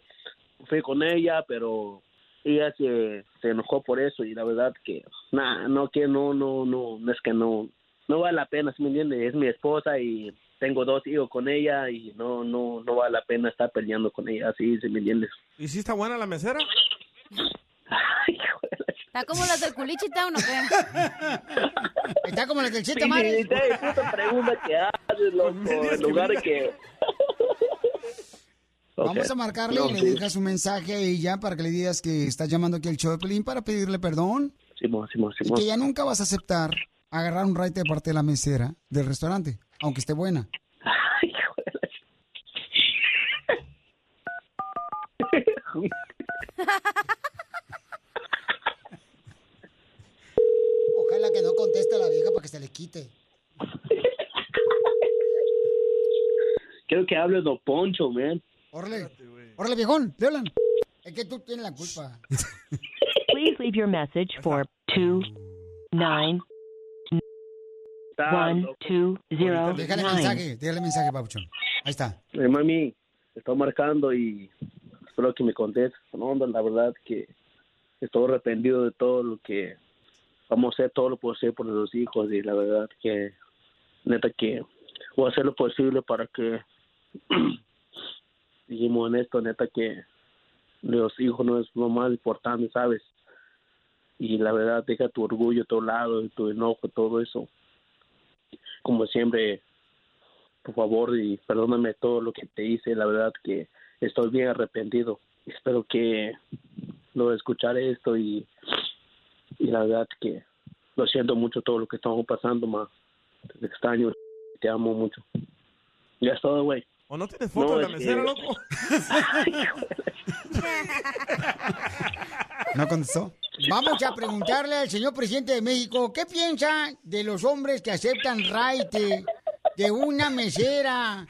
R: Fui con ella, pero ella se, se enojó por eso y la verdad que, nah, no, que no, no, no, no es que no, no vale la pena, ¿sí ¿me entiendes? Es mi esposa y tengo dos hijos con ella y no, no, no vale la pena estar peleando con ella, así, ¿sí ¿me entiendes?
B: ¿Y si está buena la mesera?
C: ¿Está como las del culichita o no qué?
A: Está como las del
C: Chita Maris.
R: Sí, sí, puta pregunta que haces, loco, en lugar de que...
A: Vamos
R: Ok.
A: a marcarle
R: No,
A: y le
R: sí.
A: dejas un mensaje a ella para que le digas que estás llamando aquí al show de Pelín para pedirle perdón
R: Simón, Simón,
A: y
R: Simón.
A: que ya nunca vas a aceptar agarrar un raite de parte de la mesera del restaurante, aunque esté buena. Ojalá que no conteste a la vieja para que se le quite.
R: Quiero que hable Don Poncho, man.
A: Órale, órale viejón, le hablan. Es que tú tienes la culpa.
P: Please leave your message for two nine one two zero
A: Déjale
P: nine.
A: mensaje, déjale mensaje, Papuchón. Ahí está.
R: Eh, mami, estoy marcando y espero que me contestes. No, hombre, la verdad que estoy arrepentido de todo lo que vamos a hacer, todo lo posible por los hijos y la verdad que, neta que voy a hacer lo posible para que, dijimos honesto, neta que los hijos no es lo más importante, ¿sabes? Y la verdad, deja tu orgullo a tu lado, y tu enojo, todo eso. Como siempre, por favor y perdóname todo lo que te hice, la verdad que estoy bien arrepentido. Espero que lo escuchar esto y, y la verdad que lo siento mucho todo lo que estamos pasando, ma. Te extraño, te amo mucho. Ya es todo, güey.
B: ¿O no tienes foto de la
R: es
B: mesera,
R: que-
B: loco?
A: ¿No contestó? Vamos a preguntarle al señor presidente de México qué piensa de los hombres que aceptan raite de una mesera.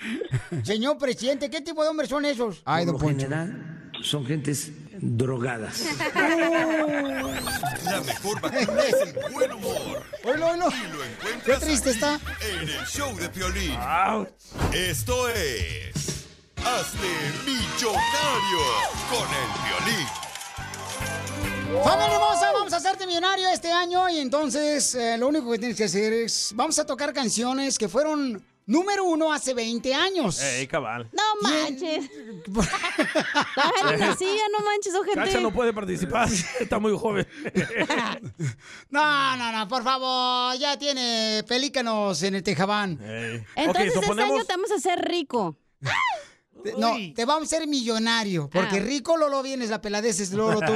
A: Señor presidente, ¿qué tipo de hombres son esos?
N: Ay, Por lo general, son gentes drogadas.
E: La mejor vacuna es el buen humor.
A: Oilo, oilo. Qué triste está.
E: En el show de Piolín. Esto es... Hazte millonario con el Piolín.
A: Familia hermosa, vamos a hacerte millonario este año y entonces eh, lo único que tienes que hacer es, vamos a tocar canciones que fueron número uno hace 20 años.
B: Ey, cabal.
C: No manches. Estaba en la silla, no manches,
B: Cacha
C: ojete.
B: no puede participar, está muy joven.
A: No, no, no, por favor, ya tiene pelícanos en el Tejabán.
C: Entonces este año te vamos a hacer rico.
A: Te- No, te vamos a ser millonario, porque
C: Ah.
A: rico Lolo vienes, la peladez es Lolo tú.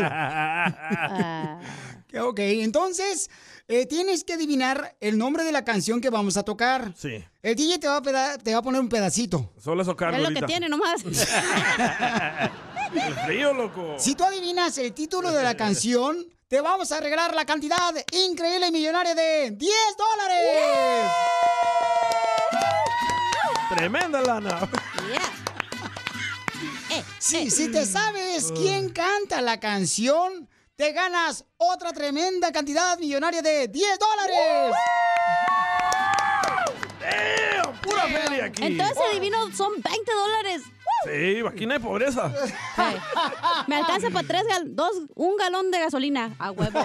A: Que ok, entonces eh, tienes que adivinar el nombre de la canción que vamos a tocar.
B: Sí.
A: El DJ te va a, peda- te va a poner un pedacito.
B: Solo eso cargo ahorita.
C: nomás.
B: El frío, loco.
A: Si tú adivinas el título de la canción, te vamos a arreglar la cantidad increíble y millonaria de 10 dólares.
B: Tremenda lana.
C: Eh,
A: Sí, si
C: mm.
A: te
C: Ah.
A: sabes quién canta la canción, te ganas otra tremenda cantidad millonaria de 10 dólares.
B: ¡Pura feria aquí.
C: Entonces, adivino, son 20 dólares.
B: Sí, aquí no hay pobreza.
C: Ay, Me alcanza para tres, gal- dos, un galón de gasolina. A huevo.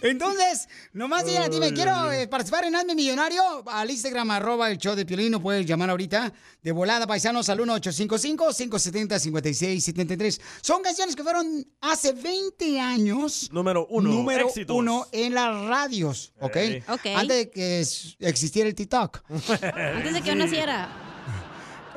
A: Entonces, nomás digan a ti, me
C: Ay,
A: quiero
C: Dios mío.
A: eh, participar en Hazme Millonario, al Instagram, arroba el show de Piolín, no puedes llamar ahorita, de volada, paisanos, al 1-855-570-5673. Son canciones que fueron hace 20 años.
B: Número uno,
A: Número
B: éxitos.
A: uno en las radios, ¿ok?
B: Ey.
C: Ok.
A: Antes de que s- existiera el TikTok.
C: Antes de que yo naciera.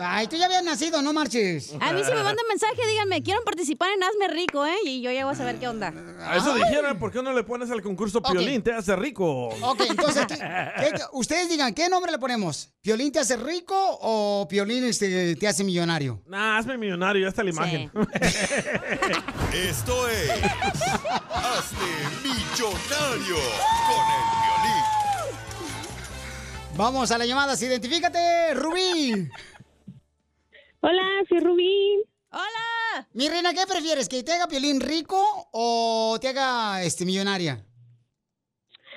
A: Ay, tú ya habías nacido, no marches.
C: A mí si me mandan mensaje, díganme, quieren participar en Hazme Rico, ¿eh? Y yo llego a saber qué onda.
B: A eso dijeron, ¿por qué no le pones al concurso
C: Ok.
B: Piolín? Te hace rico.
A: Ok, entonces, ¿qué- qué- qué- ustedes digan, ¿qué nombre le ponemos? ¿Piolín te hace rico o Piolín este, te hace millonario?
B: Nah, hazme millonario, ya está la imagen.
E: Esto es. Hazte millonario con
A: Vamos a las llamadas, identifícate, Rubí.
T: Hola, soy Rubí.
C: Hola.
A: Mi reina, ¿qué prefieres? ¿Que te haga Piolín rico o te haga este, millonaria?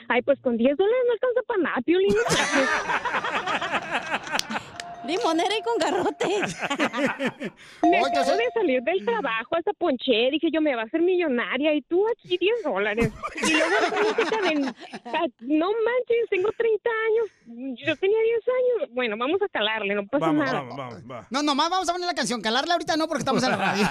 T: Ay, pues con 10 dólares no alcanza para nada, Piolín.
C: Limonera y con garrote.
T: Me acabo de salir del trabajo hasta ponché. Dije yo, me va a hacer millonaria. Y tú aquí 10 dólares. Y luego la música de- pa- No manches, tengo 30 años. Yo tenía 10 años. Bueno, vamos a calarle, no
S: Pues
T: pasa
B: Vamos,
T: nada.
B: vamos, vamos, va.
A: No, nomás vamos a poner la canción. Calarla ahorita no, porque estamos en la radio.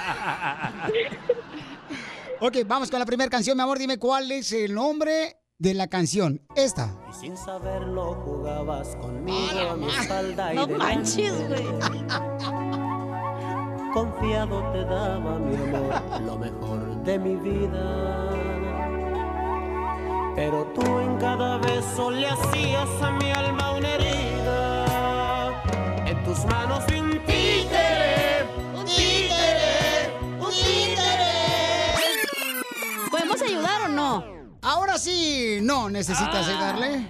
A: Ok, vamos con la primera canción, mi amor. Dime cuál es el nombre de la canción. Esta.
S: Y sin saberlo jugabas conmigo
A: A la
S: a mi
A: madre.
S: espalda y
A: No
S: delante.
A: manches, güey.
S: Confiado te daba mi amor, lo mejor de mi vida. Pero tú en cada beso le hacías a mi alma una herida. En tus manos vi un títere, un títere, un títere.
C: ¿Podemos ayudar o no? Ah.
A: Ahora sí, no necesitas ayudarle.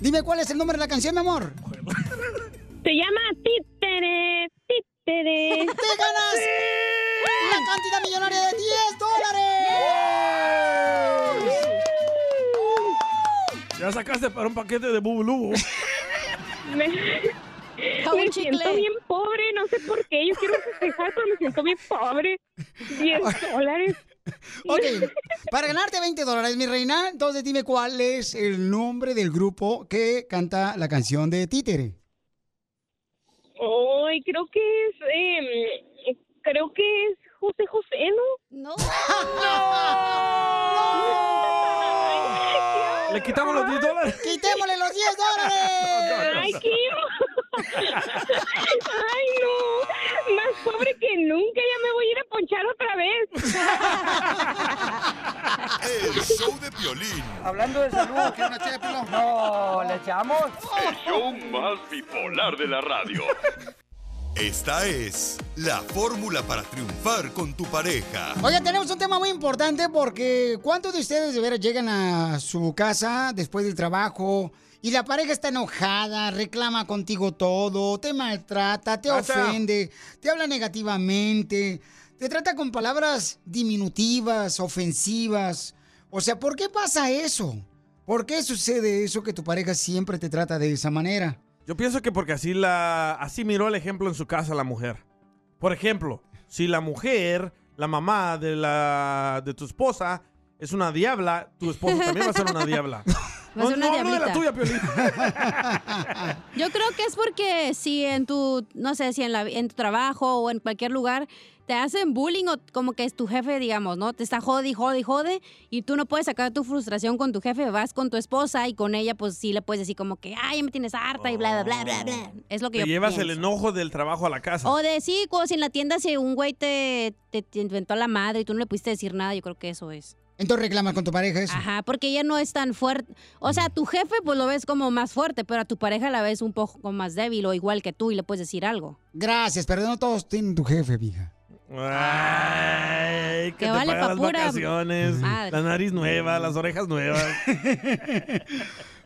A: Dime cuál es el nombre de la canción, mi amor.
T: Se llama Títere, Títere.
A: ¡Te ganas la cantidad millonaria de 10 dólares!
B: Ya sacaste para un paquete de bubulú.
T: Me,
C: Como un
T: me
C: chicle.
T: siento bien pobre, no sé por qué. Yo quiero festejar, pero me siento bien pobre. 10 dólares.
A: Ok, para ganarte 20 dólares, mi reina, entonces dime cuál es el nombre del grupo que canta la canción de Títere.
T: Ay, creo que es. em, creo que es José José, ¿no?
C: No.
B: ¿Le quitamos los 10 dólares?
A: ¡Quitémosle los 10 dólares!
T: Ay, qué. Ay, no. Más pobre que nunca. Ya me voy a ir a ponchar otra vez.
E: El show de Piolín.
Q: Hablando de salud, ¿quieres una ché de pilón? No, ¿le echamos?
E: El show más bipolar de la radio. Esta es la fórmula para triunfar con tu pareja.
A: Oiga, tenemos un tema muy importante porque ¿cuántos de ustedes de veras llegan a su casa después del trabajo y la pareja está enojada, reclama contigo todo, te maltrata, te
U: Cacha.
A: ofende, te habla negativamente, te trata con palabras diminutivas, ofensivas? O sea, ¿por qué pasa eso? ¿Por qué sucede eso que tu pareja siempre te trata de esa manera?
B: Yo pienso que porque así la así miró el ejemplo en su casa la mujer. Por ejemplo, si la mujer, la mamá de la de tu esposa es una diabla, tu esposo también va a ser una diabla.
C: Va a ser una
B: no hablo de la
C: diablita.
B: tuya, Piolín.
C: Yo creo que es porque si en tu, no sé, si en, la, en tu trabajo o en cualquier lugar te hacen bullying o como que es tu jefe, digamos, ¿no? Te está jode y jode y jode y tú no puedes sacar tu frustración con tu jefe, vas con tu esposa y con ella pues sí le puedes decir como que, ay, me tienes harta y bla, bla, bla, bla, bla. Es lo que
B: Oh. Te
C: yo
B: llevas el
C: pienso.
B: enojo del trabajo a la casa.
C: O de sí, cuando si en la tienda si un güey te, te, te inventó a la madre y tú no le pudiste decir nada, yo creo que eso es.
A: Entonces reclamas con tu pareja eso.
C: Ajá, porque ella no es tan fuerte. O sea, a tu jefe pues lo ves como más fuerte, pero a tu pareja la ves un poco más débil o igual que tú y le puedes decir algo.
A: Gracias, pero no todos tienen tu jefe, mija.
B: Ay, que
C: Que
B: te
C: vale
B: paga
C: pa'
B: las
C: pura
B: vacaciones,
C: madre.
B: la nariz nueva, las orejas nuevas.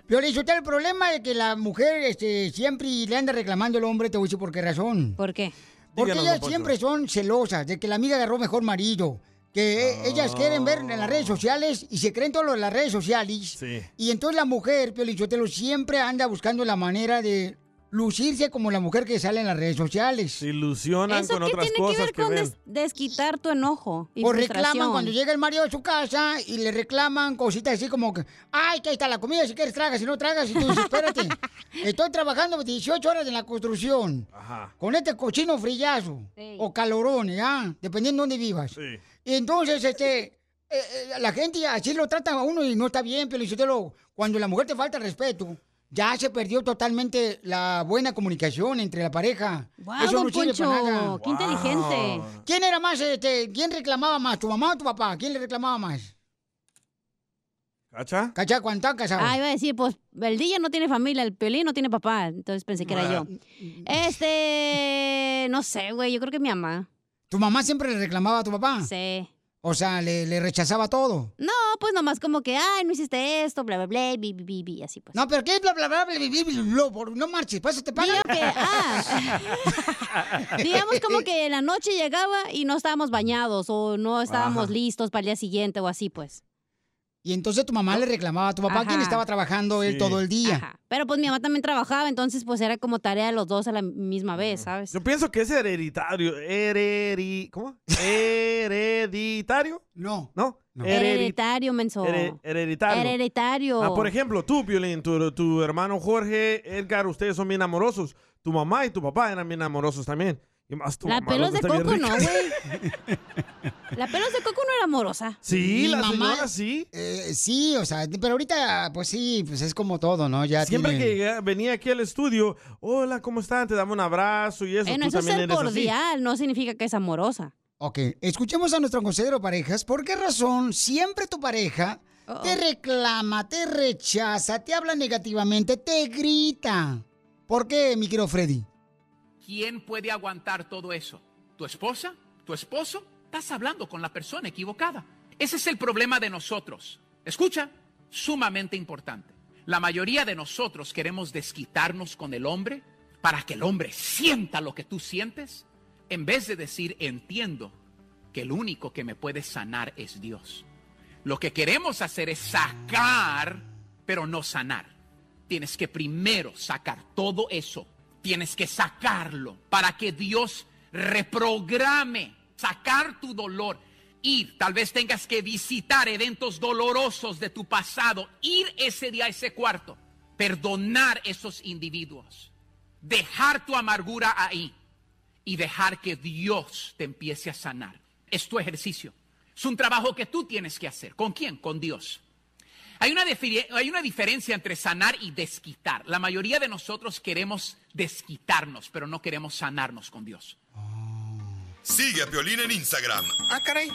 A: Piolín, Sotelo, el problema es que la mujer este, siempre le anda reclamando al hombre, te voy a decir por qué razón.
C: ¿Por qué?
A: Porque
B: Díganos,
A: ellas
B: don Poncho.
A: siempre son celosas de que la amiga agarró mejor marido, que e, ellas quieren ver en las redes
B: Ah.
A: sociales y se creen todo lo de las redes sociales. Y entonces la mujer, Piolichotelo, siempre anda buscando la manera de lucirse como la mujer que sale en las redes sociales.
B: Se ilusionan
C: ¿Eso
B: con
C: qué
B: otras
C: tiene que
B: cosas
C: ver
B: que,
C: con
B: ven.
C: des- Pues, desquitar tu enojo? y
A: O reclaman
C: frustración?
A: cuando llega el marido de su casa y le reclaman cositas así como que, ay, que ahí está la comida, si quieres tragas, si no tragas, y tú dices, espérate, estoy trabajando 18 horas en la construcción,
B: Ajá.
A: con este cochino frillazo, o calorón, ¿ya? Dependiendo de dónde vivas.
B: Sí.
A: Y entonces, este, eh, eh, la gente así lo trata a uno y no está bien, pero Sotelo, cuando la mujer te falta respeto, ya se perdió totalmente la buena comunicación entre la pareja.
C: Guau, don Poncho, qué Guau. inteligente.
A: ¿Quién era más, este, quién reclamaba más, tu mamá o tu papá? ¿Quién le reclamaba más?
B: ¿Cacha?
A: ¿Cacha cuando estaba casado?
C: Ah, iba a decir, pues el DJ no tiene familia, el Piolín no tiene papá, entonces pensé que era
A: Ah.
C: yo. Este, no sé, güey, yo creo que mi mamá.
A: ¿Tu mamá siempre le reclamaba a tu papá?
C: Sí.
A: O sea, le, le rechazaba todo.
C: No, pues nomás como que, ay, no hiciste esto, bla, bla, bla, bi, bi, bi, bi, así pues.
A: No, pero ¿qué? Bla, bla, bla, bla, bla, bla, bla, bla, por- no marches, para eso te pagan.
C: Digamos como que en la noche llegaba y no estábamos bañados o no estábamos
A: Ajá.
C: listos para el día siguiente o así pues.
A: Y entonces tu mamá le reclamaba a tu papá, quien
C: Ajá.
A: estaba trabajando él todo el día.
C: Ajá. Pero pues mi mamá también trabajaba, entonces pues era como tarea de los dos a la misma vez, ¿sabes?
B: Yo pienso que es hereditario. Hereri... ¿Cómo? ¿Hereditario?
A: No.
B: ¿No? Hereri-
C: Hereditario, menso.
B: here- hereditario.
C: Hereditario.
B: Ah, por ejemplo, tú, Piolín, tu, tu hermano Jorge, Edgar, ustedes son bien amorosos. Tu mamá y tu papá eran bien amorosos también. Y más tu
C: La
B: mamá,
C: pelos
B: loco,
C: de
B: está bien
C: coco no,
B: rica.
C: güey. La pelos de coco no era amorosa.
B: Sí, la señora
A: sí. Eh, sí, o sea, pero ahorita, pues sí, pues es como todo, ¿no? Ya
B: Siempre
A: tiene-
B: que llega- venía aquí al estudio, hola, ¿cómo están? Te daba un abrazo y eso.
C: Bueno,
B: tú
C: eso Eh, es
B: también
C: ser
B: eres así.
C: cordial, no significa que es amorosa.
A: Ok, escuchemos a nuestro consejero parejas. ¿Por qué razón siempre tu pareja te reclama, te rechaza, te habla negativamente, te grita? ¿Por qué, mi querido Freddy?
U: ¿Quién puede aguantar todo eso? ¿Tu esposa? ¿Tu esposo? Estás hablando con la persona equivocada. Ese es el problema de nosotros. Escucha, sumamente importante. La mayoría de nosotros queremos desquitarnos con el hombre para que el hombre sienta lo que tú sientes, en vez de decir, entiendo que el único que me puede sanar es Dios. Lo que queremos hacer es sacar, pero no sanar. Tienes que primero sacar todo eso. Tienes que sacarlo para que Dios reprograme, sacar tu dolor. Ir, tal vez tengas que visitar eventos dolorosos de tu pasado, ir ese día a ese cuarto, perdonar esos individuos, dejar tu amargura ahí y dejar que Dios te empiece a sanar. Es tu ejercicio. Es un trabajo que tú tienes que hacer. ¿Con quién? Con Dios. Hay una, defiri- hay una diferencia entre sanar y desquitar. La mayoría de nosotros queremos desquitarnos, pero no queremos sanarnos con Dios.
E: Sigue a Piolín en Instagram,
U: Ah, caray.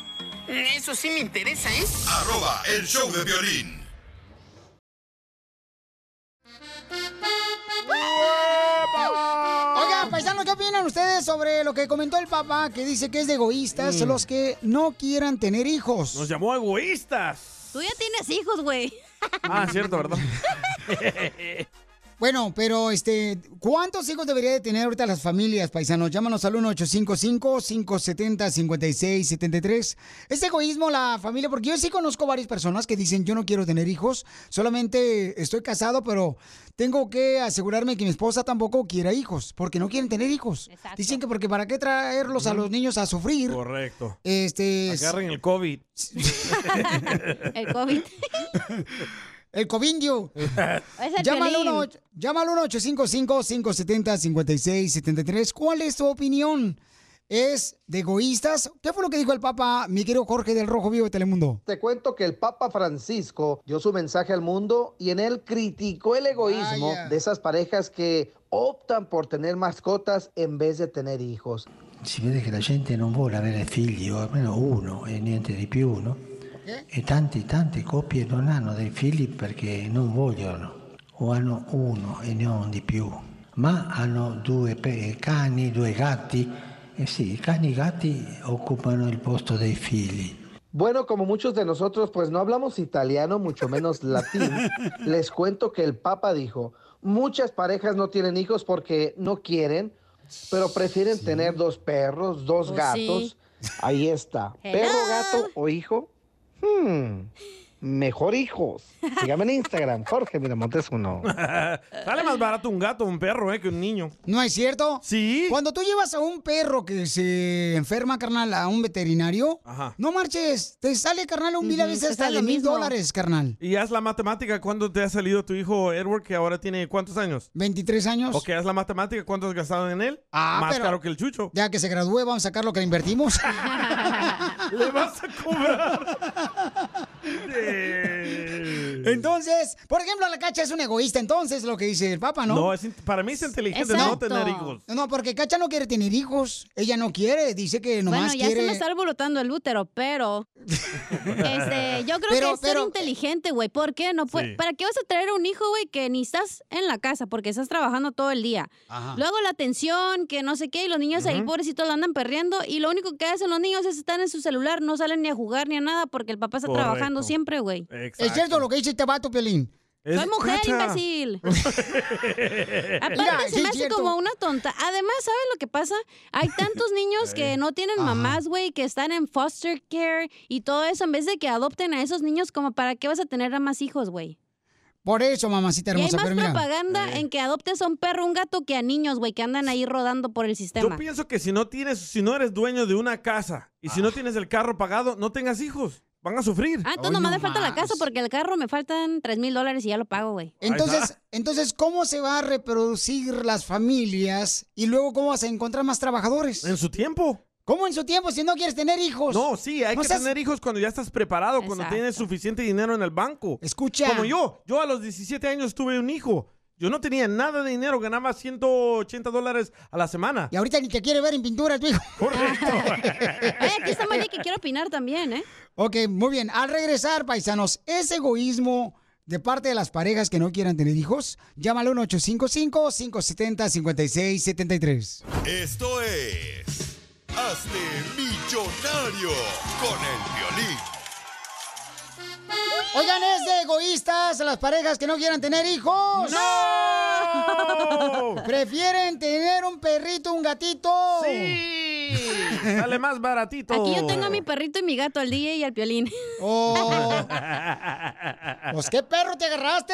U: Eso sí me interesa, ¿eh?
E: arroba el show de violín.
A: Oiga, paisano, ¿qué opinan ustedes sobre lo que comentó el papá que dice que es de egoístas
B: Mm.
A: los que no quieran tener hijos?
B: Nos llamó egoístas.
C: Tú ya tienes hijos, güey.
B: Ah, cierto, ¿verdad?
A: Bueno, pero este, ¿cuántos hijos debería de tener ahorita las familias, paisanos? Llámanos al 1-855-570-5673. Es egoísmo la familia, porque yo sí conozco varias personas que dicen, yo no quiero tener hijos, solamente estoy casado, pero tengo que asegurarme que mi esposa tampoco quiera hijos, porque no quieren tener hijos. Dicen que porque para qué traerlos a los niños a sufrir.
B: Correcto.
A: Este, es-
B: Agarren el COVID.
C: El COVID.
A: el covindio.
C: Es el
A: Llámalo
C: Piolín.
A: 1 llámalo 855-570-5673. ¿Cuál es tu opinión? ¿Es de egoístas? ¿Qué fue lo que dijo el Papa, mi querido Jorge del Rojo Vivo de Telemundo?
D: Te cuento que el Papa Francisco dio su mensaje al mundo y en él criticó el egoísmo
V: Vaya.
D: de esas parejas que optan por tener mascotas en vez de tener hijos.
V: Si vede che la gente non vuole avere figli o almeno uno eh, e niente di più, no? E tante, tante coppie non hanno dei figli perché non vogliono o hanno uno eh, e non di più, ma hanno due pe- eh, cani, due gatti. E sì, i cani e i gatti occupano il posto dei figli.
D: Bueno, como muchos de nosotros, pues no hablamos italiano, mucho menos latín, les cuento que el Papa dijo, muchas parejas no tienen hijos porque no quieren, pero prefieren tener dos perros, dos
W: Pues
D: gatos,
W: sí.
D: Ahí está.
X: Hello.
D: Perro, gato o hijo. Hmm, Mejor hijos. Sígame en Instagram, Jorge Miramontes uno.
B: Sale más barato un gato o un perro eh, que un niño.
A: ¿No es cierto?
B: Sí.
A: Cuando tú llevas a un perro que se enferma, carnal, a un veterinario, no marches, te sale, carnal, un mil a
B: Ujú,
A: veces
B: te
A: hasta
B: sale
A: de
B: lo
A: mil
B: mismo.
A: dólares, carnal.
B: Y haz la matemática, ¿cuánto te ha salido tu hijo Edward, que ahora tiene cuántos años?
A: 23 años.
B: Ok, haz la matemática, ¿cuánto has gastado en él?
A: Ah,
B: Más
A: pero-
B: caro que el chucho.
A: Ya que se gradúe, vamos a sacar lo que le invertimos.
B: Le vas a cobrar.
A: Entonces, por ejemplo, la cacha es un egoísta, entonces lo que dice el Papa, ¿no?
B: No, es in- para mí es inteligente no
A: Exacto.
B: tener hijos.
A: No, porque Cacha no quiere tener hijos. Ella no quiere, dice que nomás
C: bueno, ya
A: quiere.
C: se me está alborotando el útero, pero. este, yo creo
A: Pero- eh,
C: que es ser inteligente, güey. ¿Por qué? No puede-
A: Sí.
C: ¿Para qué vas a traer un hijo, güey, que ni estás en la casa porque estás trabajando todo el día?
A: Ajá.
C: Luego la atención, que no sé qué, y los niños ahí
A: Ujú.
C: pobrecitos lo andan perdiendo. Y lo único que hacen los niños es estar en su celular, no salen ni a jugar ni a nada porque el papá está
A: Correcto.
C: trabajando siempre, güey.
A: Es cierto lo que dice este vato, Piolín.
C: Soy mujer, imbécil. Aparte,
A: Mira,
C: se
A: sí
C: me
A: es
C: hace
A: cierto.
C: como una tonta. Además, ¿sabes lo que pasa? Hay tantos niños que no tienen
A: Ajá.
C: mamás, güey, que están en foster care y todo eso, en vez de que adopten a esos niños, como para qué vas a tener a más hijos, güey.
A: Por eso, mamacita
C: Y hay
A: hermosa.
C: más
A: pero mira.
C: propaganda en que adoptes a un perro, un gato, que a niños, güey, que andan ahí rodando por el sistema.
B: Yo pienso que si no tienes, si no eres dueño de una casa y
A: Ah.
B: si no tienes el carro pagado, no tengas hijos. Van a sufrir.
C: Ah, entonces nomás me falta la casa porque el carro me faltan 3 mil dólares y ya lo pago, güey.
A: Entonces, entonces, ¿cómo se va a reproducir las familias y luego cómo vas a encontrar más trabajadores? En
B: su tiempo.
A: ¿Cómo en su tiempo si no quieres tener hijos?
B: No, sí, hay
A: No
B: que
A: seas-
B: tener hijos cuando ya estás preparado, cuando
A: Exacto.
B: tienes suficiente dinero en el banco.
A: Escucha.
B: Como yo, yo a los 17 años tuve un hijo. Yo no tenía nada de dinero, ganaba 180 dólares a la semana.
A: Y ahorita ni te quiere ver en pintura tu hijo.
C: Oye, aquí está María que quiero opinar también, ¿eh?
A: Ok, muy bien. Al regresar, paisanos, ¿es egoísmo de parte de las parejas que no quieran tener hijos? Llámalo 1-855-570-5673.
E: Esto es. Hazte millonario con el violín.
A: Oigan, ¿es de egoístas las parejas que no quieran tener hijos?
B: ¡No!
A: ¿Prefieren tener un perrito, un gatito?
B: Sí. Sale más baratito.
C: Aquí yo tengo a mi perrito y mi gato, al DJ y al piolín.
A: Pues qué Oh. perro te agarraste.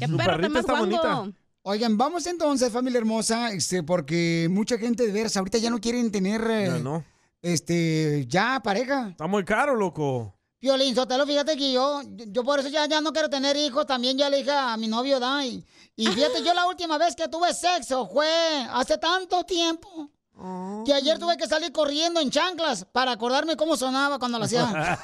C: Qué Su perro tan perrita más está guango. bonita.
A: Oigan, vamos entonces, familia hermosa, este, porque mucha gente de veras ahorita ya no quieren tener eh,
B: Ya no.
A: este, ya pareja.
B: Está muy caro, loco.
A: Violín Sotelo, fíjate que yo, yo por eso ya, ya no quiero tener hijos, también ya le dije a mi novio Dai. Y fíjate, yo la última vez que tuve sexo fue hace tanto tiempo. Que ayer tuve que salir corriendo en chanclas para acordarme cómo sonaba cuando lo hacía.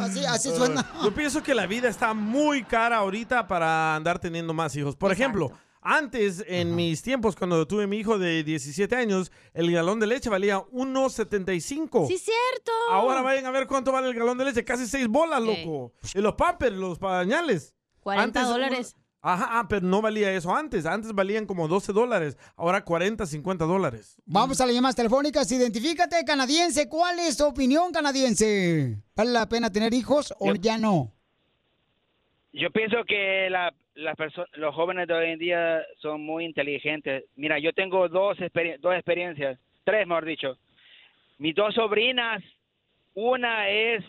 A: Así- así suena.
B: Ah, Yo pienso que la vida está muy cara ahorita para andar teniendo más hijos. Por ejemplo, antes, en mis tiempos, cuando tuve mi hijo de 17 años, el galón de leche valía 1.75.
C: Sí, cierto.
B: Ahora vayan a ver cuánto vale el galón de leche. Casi 6 bolas,
C: Ey.
B: loco. Y los pampers, los pañales.
C: 40 dólares.
B: uno- Ajá, ah, pero no valía eso antes. Antes valían como 12 dólares. Ahora 40, 50 dólares.
A: Vamos a las llamadas telefónicas. Identifícate, canadiense. ¿Cuál es tu opinión, canadiense? ¿Vale la pena tener hijos o ya no?
M: Yo pienso que la, las perso- los jóvenes de hoy en día son muy inteligentes. Mira, yo tengo dos, experien- dos experiencias, tres mejor dicho. Mis dos sobrinas, una es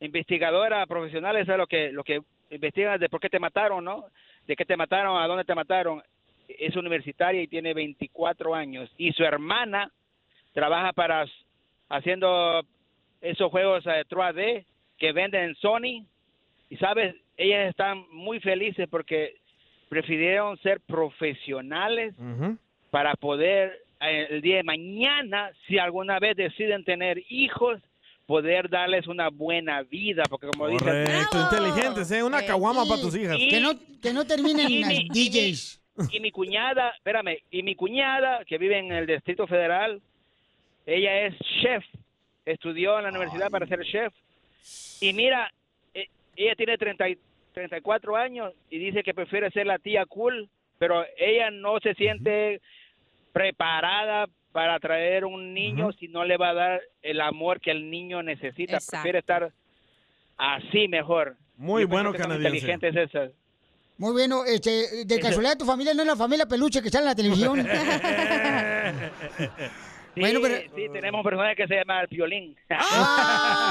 M: investigadora profesional, esa es lo que, lo que investiga de por qué te mataron, ¿no? De qué te mataron, a dónde te mataron. Es universitaria y tiene 24 años. Y su hermana trabaja para haciendo esos juegos eh, 3D que venden en Sony y sabes, ellas están muy felices porque prefirieron ser profesionales para poder eh, el día de mañana, si alguna vez deciden tener hijos, poder darles una buena vida, porque como dicen...
B: Correcto, inteligentes, ¿eh? Una caguama para tus hijas.
M: Que no-
A: que no
M: terminen
A: en las DJs.
M: Y mi cuñada, espérame, y mi cuñada que vive en el Distrito Federal, ella es chef, estudió en la universidad para ser chef. Y mira, e- ella tiene 30, y 34 años y dice que prefiere ser la tía cool, pero ella no se siente preparada para traer un niño si no le va a dar el amor que el niño necesita.
B: Exacto.
M: Prefiere estar así mejor.
B: Muy
M: Yo pienso
B: bueno,
M: que son
B: canadiense.
M: inteligentes esas.
A: Muy bueno, este, de casualidad tu familia no es la familia peluche que sale en la televisión.
H: Sí,
A: Bueno, pero-
H: Eh. sí, tenemos un personaje que se llama el violín.
C: Ah,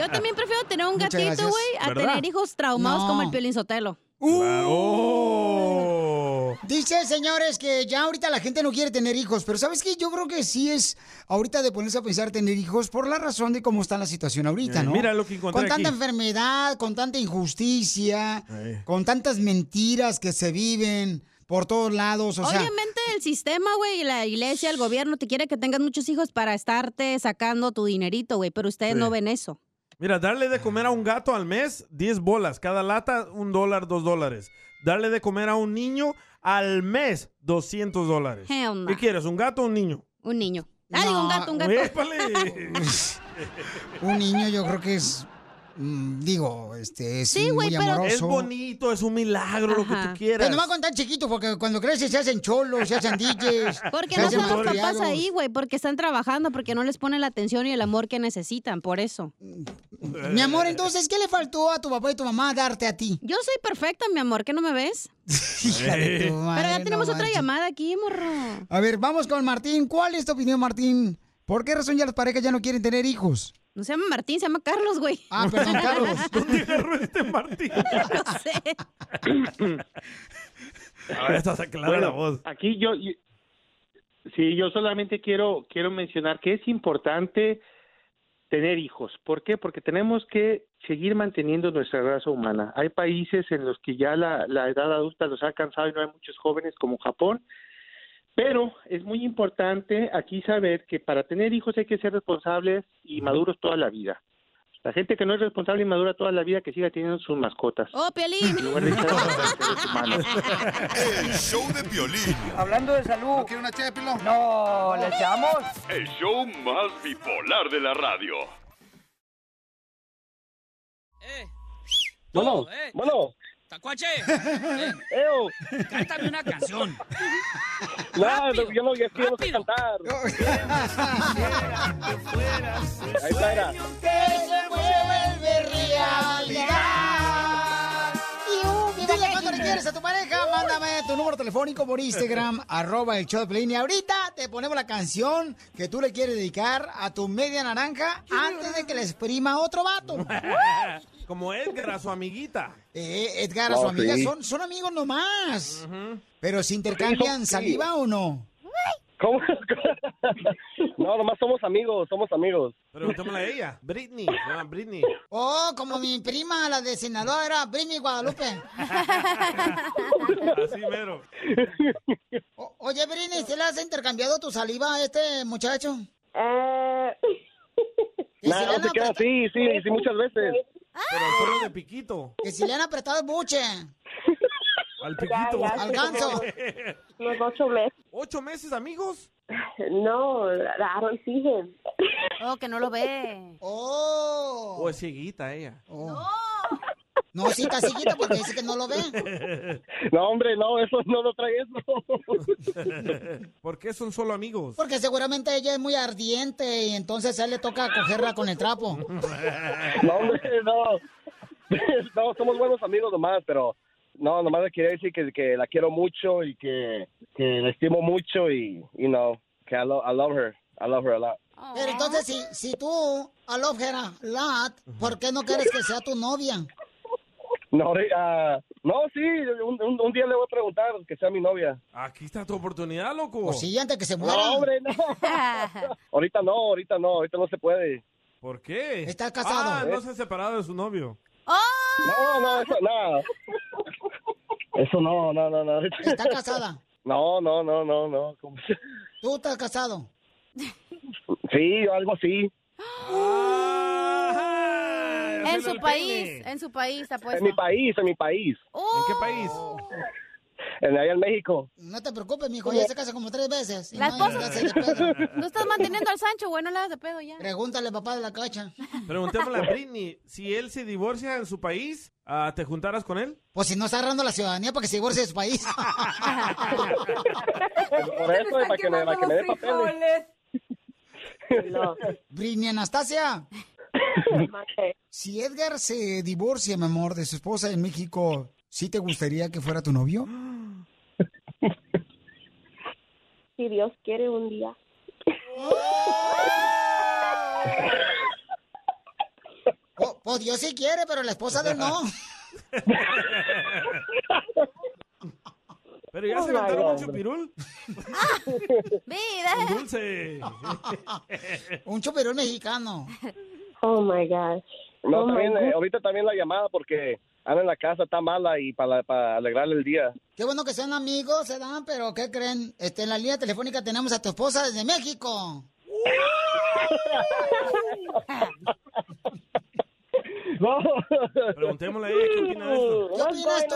C: Yo también prefiero tener un
H: Muchas
C: gatito,
H: gracias.
C: güey, a
H: ¿Verdad?
C: tener hijos traumados
A: No.
C: como el Piolín Sotelo.
A: ¡Uh!
B: ¡Oh!
A: Dice, señores, que ya ahorita la gente no quiere tener hijos, pero ¿sabes qué? Yo creo que sí es ahorita de ponerse a pensar tener hijos por la razón de cómo está la situación ahorita,
B: Eh,
A: ¿no?
B: mira lo que encontré
A: Con tanta
B: aquí.
A: enfermedad, con tanta injusticia,
B: Eh.
A: con tantas mentiras que se viven por todos lados, o sea...
C: Obviamente el sistema, güey, y la iglesia, el gobierno te quiere que tengas muchos hijos para estarte sacando tu dinerito, güey, pero ustedes
B: Sí.
C: no ven eso.
B: Mira, darle de comer a un gato al mes, 10 bolas. Cada lata, un dólar, dos dólares. Darle de comer a un niño al mes, 200 dólares.
C: Hell no.
B: ¿Qué quieres, un gato o un niño?
C: Un niño. Ah, digo, un gato, un gato.
B: Épale.
A: Un niño yo creo que es, mm, digo, este, es
B: Sí, güey,
A: muy
B: pero-
A: amoroso.
B: Es bonito, es un milagro, lo que tú Ajá. quieras.
A: Pero no va a contar chiquito, porque cuando creces se hacen cholos, se hacen DJs.
C: Porque
A: se
C: no
A: hacen
C: están los papás
A: malcriados.
C: ahí, güey, porque están trabajando, porque no les ponen la atención y el amor que necesitan, por eso.
A: Mi amor, entonces, ¿qué le faltó a tu papá y tu mamá darte a ti?
C: Yo soy perfecta, mi amor, ¿qué no me ves?
A: Hija de tu madre,
C: Pero ya
A: no
C: tenemos otra
A: manches.
C: llamada aquí, morro.
A: A ver, vamos con Martín. ¿Cuál es tu opinión, Martín? ¿Por qué razón ya las parejas ya no quieren tener hijos?
C: No se llama Martín, se llama Carlos, güey.
A: Ah, perdón, Carlos.
I: este
B: Ahora estás aclarando
I: Bueno,
B: la voz.
I: Aquí yo, yo- sí, yo solamente quiero quiero mencionar que es importante tener hijos. ¿Por qué? Porque tenemos que seguir manteniendo nuestra raza humana. Hay países en los que ya la, la edad adulta los ha alcanzado y no hay muchos jóvenes como Japón, pero es muy importante aquí saber que para tener hijos hay que ser responsables y maduros toda la vida. La gente que no es responsable y madura toda la vida que siga teniendo sus mascotas.
C: ¡Oh,
I: En lugar de echar a perder a seres humanos.
E: El show de Piolín.
Q: Hablando de salud. ¿No quiere una ché, Pilón? No, ¿le echamos?
E: El show más bipolar de la radio.
I: Bueno, bueno.
J: ¡Tacuache!
I: Cántame
J: una canción.
I: No, no, yo no, yo quiero cantar. Ahí está, era.
M: Que se vuelve realidad.
A: Dile cuánto le quieres a tu pareja, mándame tu número telefónico por Instagram, arroba el show de Pelín. Y ahorita te ponemos la canción que tú le quieres dedicar a tu media naranja antes de que le exprima otro vato.
B: Como Edgar a su amiguita.
A: Eh, Edgar, a su
B: Oh,
A: amiga,
B: sí.
A: son, son amigos nomás. Pero si intercambian
I: Sí, son-
A: saliva o no.
I: ¿Cómo? No, nomás somos amigos, somos amigos.
B: Preguntémosle a ella. Britney. se llama Britney.
A: Oh, como mi prima, la de Sinaloa, era Britney Guadalupe.
B: Así mero.
A: O- oye, Britney, ¿se le has intercambiado tu saliva a este muchacho?
I: No, no se queda
A: pues,
I: así, sí, sí, muchas veces.
B: Pero solo de piquito.
A: Que si le han apretado el buche.
B: Al piquito.
A: ya, Al ganso.
B: Los
T: ocho meses.
B: ¿Ocho meses, amigos?
T: No, I don't see him.
C: Oh, que no lo ve.
A: Oh.
B: O es cieguita ella.
A: No, sí está chiquito porque dice que no lo ve.
I: No, hombre, no, eso no lo trae
B: ¿Por qué son solo amigos?
A: Porque seguramente ella es muy ardiente y entonces a él le toca cogerla con el trapo.
I: No, hombre, no. No, somos buenos amigos nomás, pero no, nomás le quería decir que, que la quiero mucho y que, que la estimo mucho y, you know, que I, lo- I love her. I love her a lot.
A: Pero entonces, si, si tú, a love her a lot, ¿por qué no quieres que sea tu novia?
I: No, re- ah, no sí, un, un- un día le voy a preguntar que sea mi novia.
B: Aquí está tu oportunidad, loco.
A: O Pues sí, antes que se
I: muera. No, hombre, no. Ahorita no, ahorita no, ahorita no se puede.
B: ¿Por qué?
A: Está
I: casado.
B: Ah, no se ha separado de su novio.
I: No,
A: ¡Oh!
I: no, eso no. Eso no, no, no, no.
A: Está casada.
I: No, no, no, no, no. ¿Cómo se-
A: Tú estás casado.
I: Sí, o algo así. Ah,
C: En su país, pues en su país,
I: En mi
C: apuesto. Oh.
I: país, en mi país.
C: ¿En
I: qué país? En allá en México.
A: Oh. No te preocupes, mijo, ya se casa como tres veces. y
C: La
A: no-
C: esposa-
A: no hace de pedo.
C: Tú estás manteniendo al Sancho, güey, no le das de pedo ya.
A: Pregúntale, papá de la cacha.
B: Preguntémosle a Britney, si él se divorcia en su país, ah, ¿te juntarás con él?
A: Pues si no está agarrando la ciudadanía para que se divorcie de su país.
I: Por eso, para que me, para que me dé papeles.
A: Britney Anastasia. si Edgar se divorcia, mi amor, de su esposa en México, ¿sí te gustaría que fuera tu novio?
T: Si Dios quiere un día.
A: Oh, pues Dios sí quiere, pero la esposa de él no.
B: Pero ya
A: Oh
B: se
A: my
B: cantaron un
A: God.
B: chupirul.
C: ¡Vida!
B: Un dulce.
A: Un choperón mexicano.
T: Oh my God.
A: Oh,
O: No,
A: my
O: también, eh,
A: God.
O: ahorita también la llamada porque Ana en la casa está mala y para, para alegrarle el día.
A: Qué bueno que sean amigos, se dan, pero ¿qué creen? Este, en la línea telefónica tenemos a tu esposa desde México.
B: Preguntémosle a ella qué opina de esto.
A: ¿Qué opinas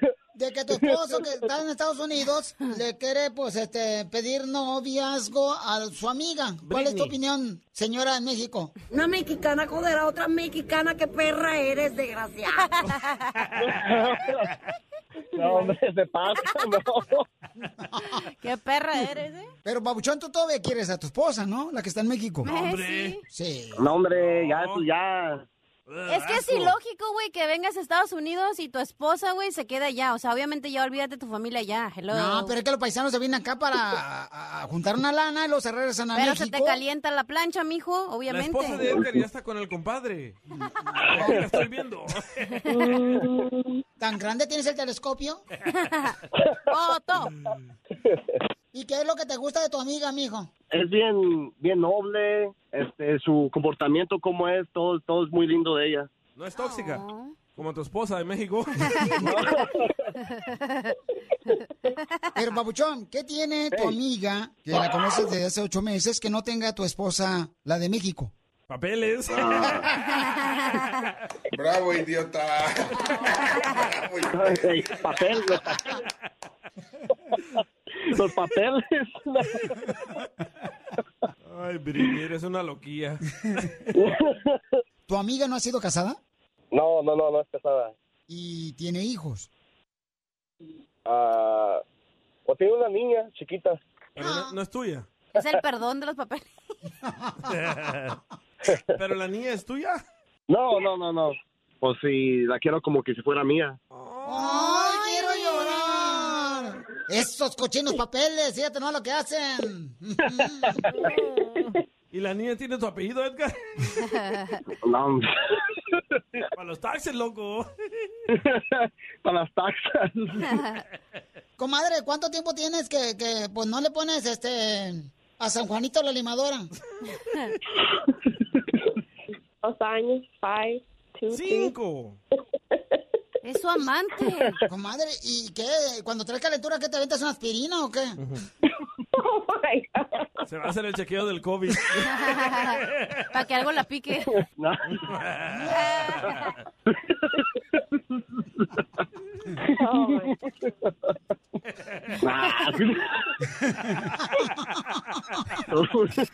A: tú de que tu esposo que está en Estados Unidos le quiere pues este pedir noviazgo a su amiga? ¿Cuál es tu opinión, señora en México?
J: Una mexicana joder a otra mexicana, qué perra eres, desgraciada.
R: No, hombre, se pasa, no.
A: Qué perra eres, ¿eh? Pero Babuchón, tú todavía quieres a tu esposa, ¿no? La que está en México.
C: No, hombre.
A: Eh, Sí.
R: No, hombre, ya,
O: pues,
R: eso ya.
C: Es que es ilógico, güey, que vengas a Estados Unidos y tu esposa, güey, se queda allá. O sea, obviamente ya olvídate de tu familia ya. Hello.
A: No, pero es que los paisanos se vienen acá para a- a juntar una lana y los se regresan a
C: Pero se
A: México.
C: te calienta la plancha, mijo,
B: La
C: obviamente.
B: esposa de Edgar ya está con el compadre. Ahora la estoy viendo.
A: ¿Tan grande tienes el telescopio?
C: ¡Foto!
A: ¿Y qué es lo que te gusta de tu amiga, mijo?
R: Es bien, bien noble, este, su comportamiento como es, todo, todo es muy lindo de ella.
B: No es tóxica.
A: Oh.
B: Como tu esposa de México.
A: Pero, Babuchón, ¿qué tiene tu
B: Ey.
A: amiga, que la conoces desde hace ocho meses, que no tenga tu esposa, la de México?
B: Papeles.
K: Bravo, idiota.
R: Papel, los papeles. Los papeles.
B: Ay, Brini, eres una loquilla.
A: ¿Tu amiga no ha sido casada
R: No, no, no, no es casada.
A: y tiene hijos?
R: Ah, o tiene una niña chiquita.
B: Pero no, no es tuya.
C: Es el perdón de los papeles.
B: Pero la niña es tuya.
R: No, no, no, no. O si la quiero como que si fuera mía.
A: ¡Ay, quiero llorar! Esos cochinos papeles, fíjate no lo que hacen.
B: ¿Y la niña tiene tu apellido, Edgar?
R: No,
B: Para los taxis, loco.
R: para las taxas.
A: Comadre, ¿cuánto tiempo tienes que, que, pues no le pones este a San Juanito la limadora?
T: Dos años, five, two,
B: Cinco.
C: Es su amante.
A: Comadre, ¿y qué? ¿Cuando traes calentura qué te aventas una aspirina o qué?
B: Se va a hacer el chequeo del COVID.
C: Para que algo la pique.
R: No.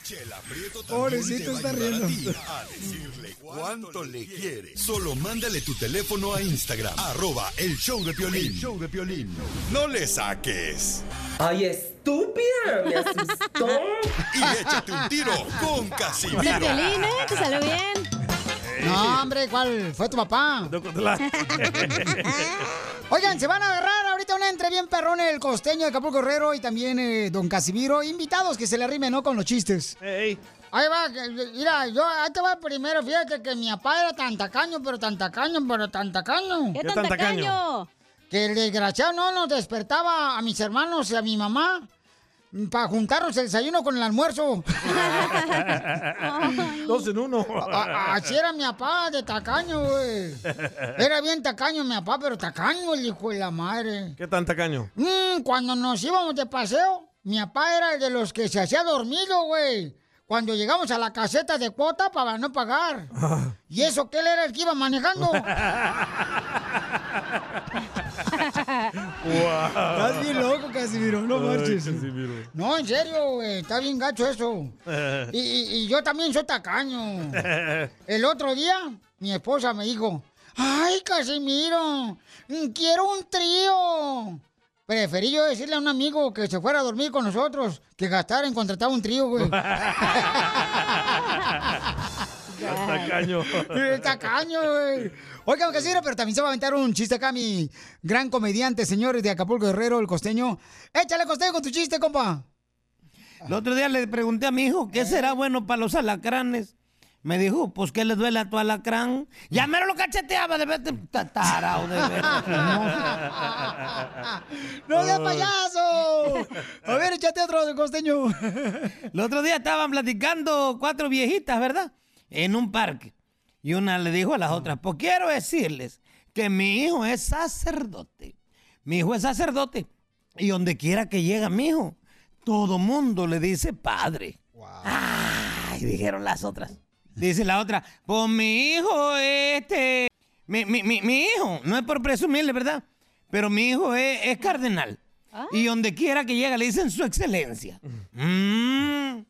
E: Chela Prieto
A: Pobrecito,
E: también te
A: está riendo.
E: va a ayudar a ti a decirle cuánto le quiere. Solo mándale tu teléfono a Instagram, arroba el show de Piolín. El show de Piolín. No le saques.
J: Ay, estúpida, me asustó.
E: Y échate un tiro con Casimiro.
J: De
C: Piolín, ¿eh? Te salió bien.
A: No, hombre, ¿cuál fue tu papá? Oigan, se van a agarrar ahorita una entre bien perrón el costeño de Acapulco Herrero y también eh, don Casimiro. Invitados que se le rimen, ¿no? Con los chistes. Ahí va, que- mira, yo ahí te va primero, fíjate que mi papá era tan tacaño, pero tan tacaño, pero tan tacaño.
C: ¿Qué tan ¿Qué tan tacaño? tacaño?
A: Que el desgraciado no nos despertaba a mis hermanos y a mi mamá para juntarnos el desayuno con el almuerzo.
B: Dos en uno.
A: A- Así era mi papá de tacaño, güey. Era bien tacaño mi papá, pero tacaño el hijo de la madre.
B: ¿Qué tan tacaño?
A: Mm, cuando nos íbamos de paseo, mi papá era el de los que se hacía dormido, güey. Cuando llegamos a la caseta de cuota para no pagar. ¿Y eso que él era el que iba manejando? Estás bien loco, Casimiro, no marches. No, en serio, güey, está bien gacho eso. Y, y- y yo también soy tacaño. El otro día, mi esposa me dijo, ay, Casimiro, mm, quiero un trío. Preferí yo decirle a un amigo que se fuera a dormir con nosotros que gastar en contratar un trío, güey.
B: Tacaño.
A: El tacaño, güey. Oiga, Casimiro, pero también se va a aventar un chiste acá, mi gran comediante, señores de Acapulco Guerrero, el costeño. Échale costeño con tu chiste, compa.
N: El otro día le pregunté a mi hijo, ¿qué será bueno para los alacranes? Me dijo, pues ¿qué le duele a tu alacrán? Ya mero lo cacheteaba de verte tarao de
A: verte. ¡No seas payaso! A ver, échate otro del costeño.
N: El otro día estaban platicando cuatro viejitas, ¿verdad? En un parque. Y una le dijo a
A: Mm.
N: las otras, pues quiero decirles que mi hijo es sacerdote. Mi hijo es sacerdote. Y donde quiera que llega mi hijo, todo mundo le dice padre. ¡Ah! Ay, dijeron las otras. Dice la otra, pues mi hijo este, mi, mi, mi, mi hijo, no es por presumirle, ¿verdad? Pero mi hijo es, es cardenal. Y donde quiera que llega le dicen su excelencia. Mm.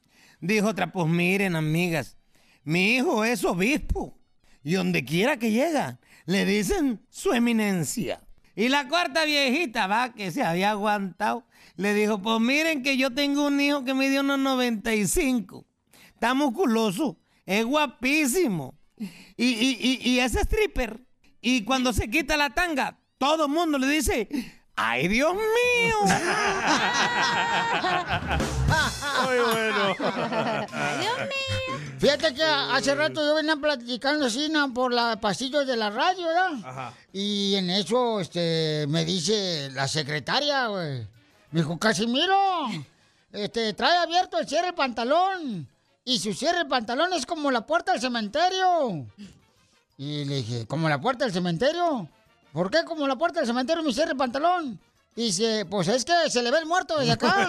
N: Dijo otra, pues miren amigas, mi hijo es obispo. Y donde quiera que llega le dicen su eminencia. Y la cuarta viejita, va, que se había aguantado, le dijo, pues miren que yo tengo un hijo que mide unos 95. Está musculoso, es guapísimo. Y, y, y, y es stripper. Y cuando se quita la tanga, todo el mundo le dice, ¡ay Dios mío!
B: Muy bueno.
A: Fíjate que a- hace rato yo venía platicando así na, por la pasillos de la radio, ¿verdad?
B: Ajá.
A: Y en eso este, me dice la secretaria, güey. Me dijo, Casimiro, este, trae abierto el cierre del pantalón. Y su cierre del pantalón es como la puerta del cementerio. Y le dije, ¿como la puerta del cementerio? ¿Por qué como la puerta del cementerio mi cierre del pantalón? Dice, pues es que se le ve el muerto desde acá.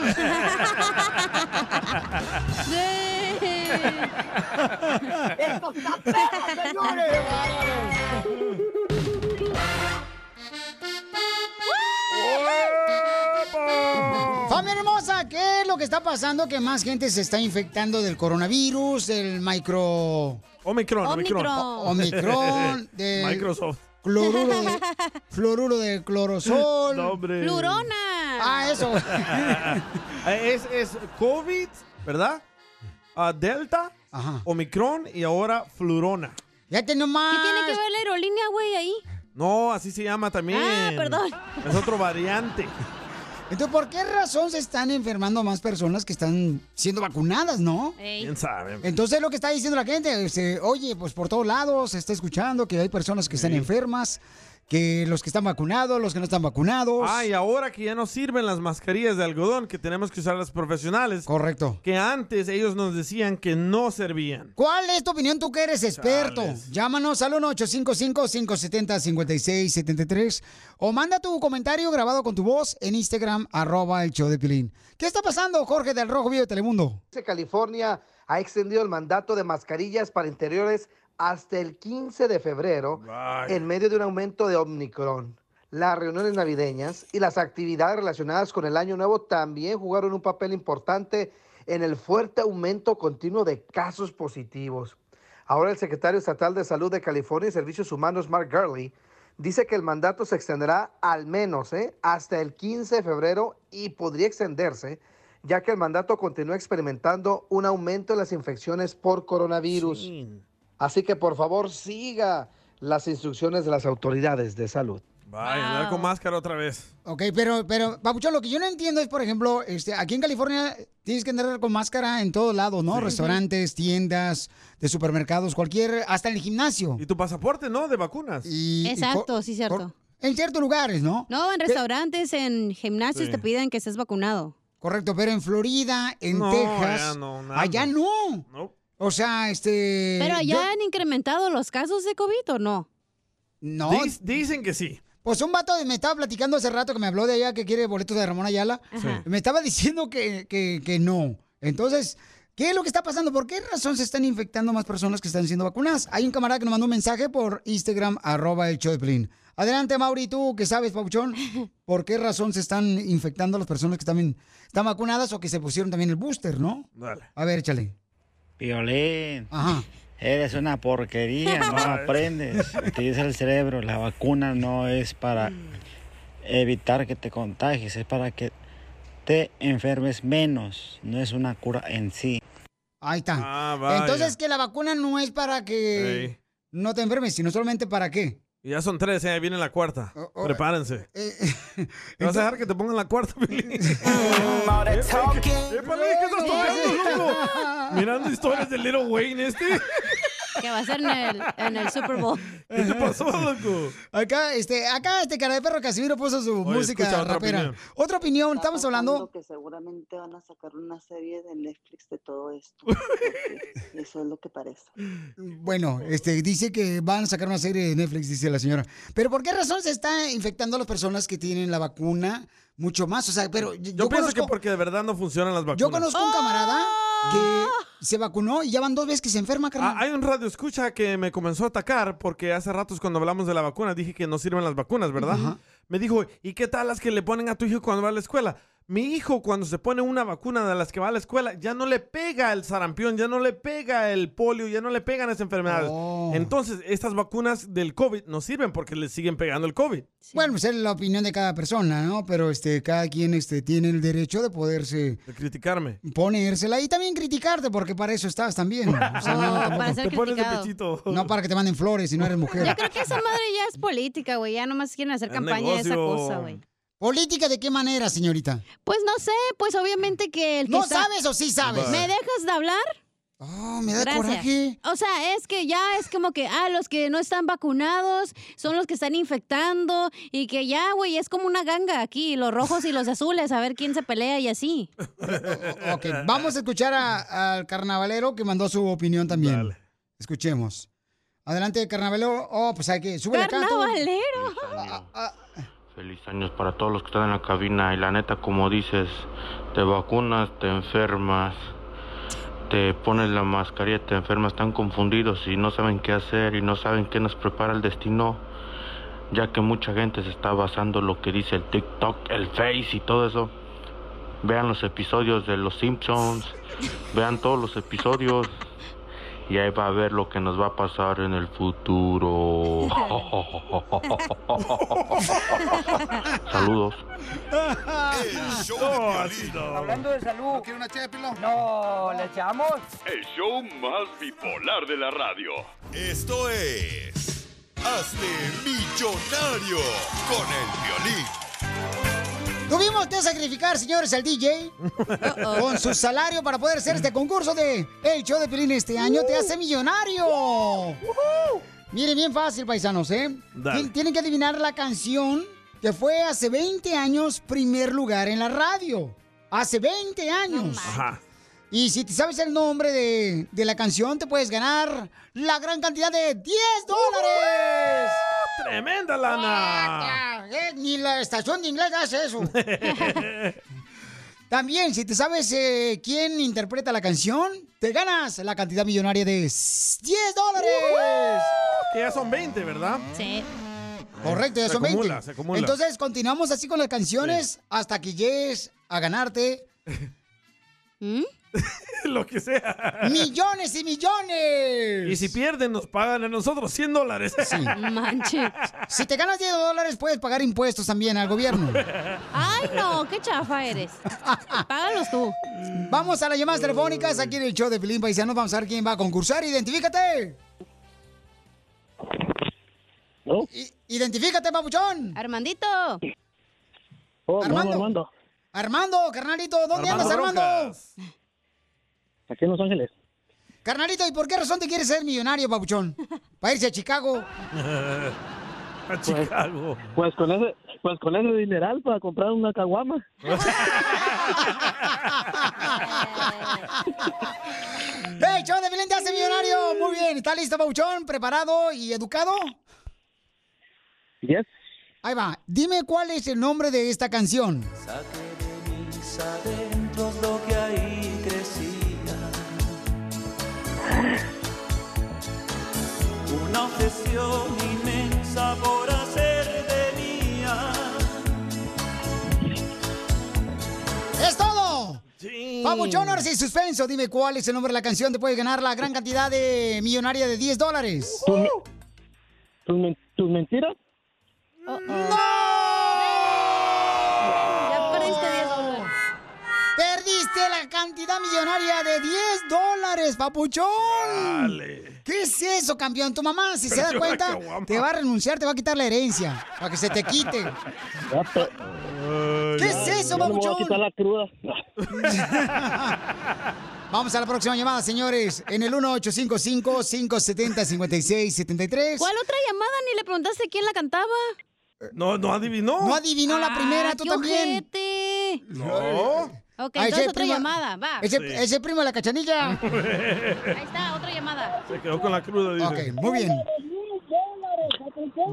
M: ¡Esto está perro, señores!
A: Familia hermosa, ¿qué es lo que está pasando? Que más gente se está infectando del coronavirus, del micro...
B: Omicron, Omicron.
A: O- Omicron, del
B: Microsoft.
A: Cloruro de, fluoruro de clorosol.
B: No, hombre.
C: Flurona.
A: Ah, eso.
B: es, es COVID, ¿verdad? Ah, Delta, Omicron y ahora Flurona.
A: Ya te nomás.
C: ¿Qué tiene que ver la aerolínea, güey, ahí?
B: No, así se llama también.
C: Ah, perdón.
B: Es otro variante.
A: Entonces, ¿por qué razón se están enfermando más personas que están siendo vacunadas, no?
B: ¿Quién sabe?
A: Entonces lo que está diciendo la gente, este, oye, pues por todos lados se está escuchando que hay personas que están enfermas, que los que están vacunados, los que no están vacunados.
B: Ah, y ahora que ya no sirven las mascarillas de algodón, que tenemos que usar las profesionales.
A: Correcto.
B: Que antes ellos nos decían que no servían.
A: ¿Cuál es tu opinión? Tú que eres experto. Llámanos al 1-855-570-5673 o manda tu comentario grabado con tu voz en Instagram, arroba el show de Pilín. ¿Qué está pasando, Jorge del Rojo Vivo de Telemundo?
D: de California ha extendido el mandato de mascarillas para interiores hasta el 15 de febrero en medio de un aumento de Omicron. Las reuniones navideñas y las actividades relacionadas con el Año Nuevo también jugaron un papel importante en el fuerte aumento continuo de casos positivos. Ahora el secretario estatal de Salud de California y Servicios Humanos, Mark Gurley, dice que el mandato se extenderá al menos ¿eh? hasta el 15 de febrero y podría extenderse, ya que el mandato continúa experimentando un aumento en las infecciones por
A: Pues,
D: coronavirus. Así que por favor siga las instrucciones de las autoridades de salud.
B: Vaya, andar con máscara otra vez.
A: Ok, pero, pero, Papucho, lo que yo no entiendo es, por ejemplo, este, aquí en California tienes que andar con máscara en todos lados, ¿no?
B: Sí.
A: Restaurantes, tiendas, de supermercados, cualquier, hasta en el gimnasio.
B: Y tu pasaporte, ¿no? De vacunas.
C: Exacto, sí, cierto.
A: En ciertos lugares, ¿no?
C: No, en restaurantes, en gimnasios
A: Sí.
C: te piden que estés vacunado.
A: Correcto, pero en Florida, en
C: No,
A: Texas.
C: allá no, nada.
A: Allá no. O sea, este.
C: Pero
A: yo-
C: ya han incrementado los casos de COVID o no?
A: No.
B: Dis- dicen que sí.
A: Pues un vato me estaba platicando hace rato que me habló de allá que quiere boletos de Ramón Ayala.
B: Ajá.
A: Me estaba diciendo que, que- que no. Entonces, ¿qué es lo que está pasando? ¿Por qué razón se están infectando más personas que están siendo vacunadas? Hay un camarada que nos mandó un mensaje por Instagram, arroba el show de Piolín. Adelante, Mauri, tú que sabes, Pauchón, ¿por qué razón se están infectando las personas que también están vacunadas o que se pusieron también el booster, no?
B: Dale.
A: A ver, échale.
G: Violín.
A: Ajá.
G: Eres una porquería, no
A: Ay.
G: aprendes. Utiliza el cerebro. La vacuna no es para evitar que te contagies, es para que te enfermes menos. No es una cura en sí.
A: Ahí está.
B: Ah, vaya.
A: Entonces que la vacuna no es para que no te enfermes, sino solamente para qué.
B: Y ya son tres, ¿eh? ahí viene la cuarta.
A: Oh,
B: Prepárense.
A: eh,
B: ¿Te vas a dejar que te pongan la cuarta, Piolín? Mirando historias de Little Wayne este.
C: Que va a ser en el, en el Super Bowl.
B: ¿Qué te pasó, loco?
A: Acá, este, acá este cara de perro Casimiro puso su
B: Oye,
A: música
B: escucha otra
A: rapera.
B: opinión.
A: Otra opinión, estamos hablando.
K: que seguramente van a sacar una serie de Netflix de todo esto. porque Eso es lo que parece.
A: Bueno, este, dice que van a sacar una serie de Netflix, dice la señora. Pero ¿por qué razón se está infectando a las personas que tienen la vacuna mucho más? O sea, pero yo,
B: Yo, pienso
A: conozco,
B: que porque de verdad no funcionan las vacunas.
A: yo conozco
C: Oh,
A: un camarada que se vacunó y ya van dos veces que se enferma,
B: Ah,
A: carnal.
B: hay un radio escucha que me comenzó a atacar porque hace ratos cuando hablamos de la vacuna dije que no sirven las vacunas, ¿verdad? Me dijo, ¿y qué tal las que le ponen a tu hijo cuando va a la escuela? Mi hijo cuando se pone una vacuna de las que va a la escuela ya no le pega el sarampión, ya no le pega el polio, ya no le pegan esas enfermedades.
A: Oh.
B: Entonces, estas vacunas del COVID no sirven porque le siguen pegando el COVID.
A: Bueno, pues es la opinión de cada persona, ¿no? Pero este, cada quien este, tiene el derecho de poderse
B: De criticarme.
A: ponérsela y también criticarte, porque para eso estás también. O sea,
C: Oh,
A: tampoco-
C: para ser Te pones de criticado. pechito.
A: No para que te manden flores si no eres mujer.
C: Yo creo que esa madre ya es política, güey. Ya nomás quieren hacer
A: Es
C: campaña de esa
A: negocio.
C: cosa, güey.
A: ¿Política de qué manera, señorita?
C: Pues no sé, pues obviamente que el que
A: ¿No
C: está-
A: sabes o sí sabes?
C: ¿Me dejas de hablar?
A: Oh, me da coraje.
C: O sea, es que ya es como que, ah, los que no están vacunados son los que están infectando y que ya, güey, es como una ganga aquí, los rojos y los azules, a ver quién se pelea y así.
A: Ok, vamos a escuchar a- al carnavalero que mandó su opinión también. Escuchemos. Adelante, carnavalero. Oh, pues hay que... Súbele acá, tú.
C: Carnavalero.
A: Ah, ah,
L: Feliz años para todos los que están en la cabina. Y la neta, como dices, te vacunas, te enfermas, te pones la mascarilla, te enfermas, están confundidos y no saben qué hacer y no saben qué nos prepara el destino. Ya que mucha gente se está basando en lo que dice el TikTok, el Face y todo eso. Vean los episodios de Los Simpsons, vean todos los episodios y ahí va a ver lo que nos va a pasar en el futuro. Saludos.
Q: Hablando de salud. ¿Quiere una No, ¿le echamos?
E: El show más bipolar de la radio. Esto es. Hazte millonario con el violín.
A: Tuvimos que sacrificar, señores, al DJ con su salario para poder hacer este concurso de El Show de Pelín este año. ¡Te hace millonario! Miren, bien fácil, paisanos, ¿eh?
B: Dale.
A: Tien- Tienen que adivinar la canción que fue hace 20 años primer lugar en la radio. ¡Hace 20 años!
B: Ajá.
A: Y si te sabes el nombre de, de la canción, te puedes ganar la gran cantidad de 10 dólares.
B: ¡Tremenda lana!
A: Ah, eh, ni la estación de inglés hace eso. También, si te sabes eh, quién interpreta la canción, te ganas la cantidad millonaria de 10 dólares.
B: Que ya son 20, ¿verdad?
C: Sí.
A: Correcto, ya
B: Se
A: son
B: acumula,
A: 20.
B: se acumula.
A: Entonces, continuamos así con las canciones hasta que llegues a ganarte
B: lo que sea.
A: millones y millones.
B: Y si pierden, nos pagan a nosotros 100 dólares.
A: Sí. Si te ganas 10 dólares, puedes pagar impuestos también al gobierno.
C: Ay, no, qué chafa eres. Págalos tú.
A: Vamos a las llamadas telefónicas aquí en el show de Pilín Paisanos. Vamos a ver quién va a concursar. ¡Identifícate! I- ¡Identifícate, papuchón!
C: Armandito.
A: Armando.
W: Oh, Armando.
A: Armando, carnalito, ¿dónde andas,
W: Armando
A: Armando?
W: Broncas. Aquí en Los Ángeles.
A: Carnalito, ¿y por qué razón te quieres ser millonario, papuchón? Para irse a Chicago.
B: a Chicago.
W: Pues con ese, pues con ese dineral para comprar una caguama.
A: ¡Hey, show de Pilín te hace millonario! Muy bien, ¿está listo, papuchón? ¿Preparado y educado?
W: Yes.
A: Ahí va. Dime cuál es el nombre de esta canción.
S: Saque de mis adentros lo que ahí crecía. Una obsesión inmensa por hacer de mía.
A: ¡Es todo! Papuchón, ahora sí, suspenso. Dime cuál es el nombre de la canción. Te puedes ganar la gran cantidad de millonaria de 10 dólares.
W: ¿Tus, men- tus mentiras?
A: ¡No! Ya perdiste 10 dólares. ¡Perdiste de la cantidad millonaria de 10 dólares, papuchón.
B: Dale.
A: ¿Qué es eso, campeón? Tu mamá, si se
M: Perdió
A: da
M: la
A: cuenta,
M: caguama.
A: te va a renunciar, te va a quitar la herencia. Para que se te quite. ¿Qué es eso,
W: Ya me voy a quitar
A: babuchón?
W: la cruda.
A: Vamos a la próxima llamada, señores. En el 1855-570-5673.
C: ¿Cuál otra llamada? Ni le preguntaste quién la cantaba.
B: No, no adivinó.
A: No adivinó la primera,
C: Ah,
A: tú
C: qué
A: también.
C: ojete.
B: No.
C: Ok,
A: Ah, ese
C: entonces otra
A: primo-
C: llamada, va.
A: Ese,
B: Sí.
A: ese primo de la cachanilla.
C: Ahí está, otra llamada.
B: Se quedó con la cruda, dice.
A: Ok, muy bien.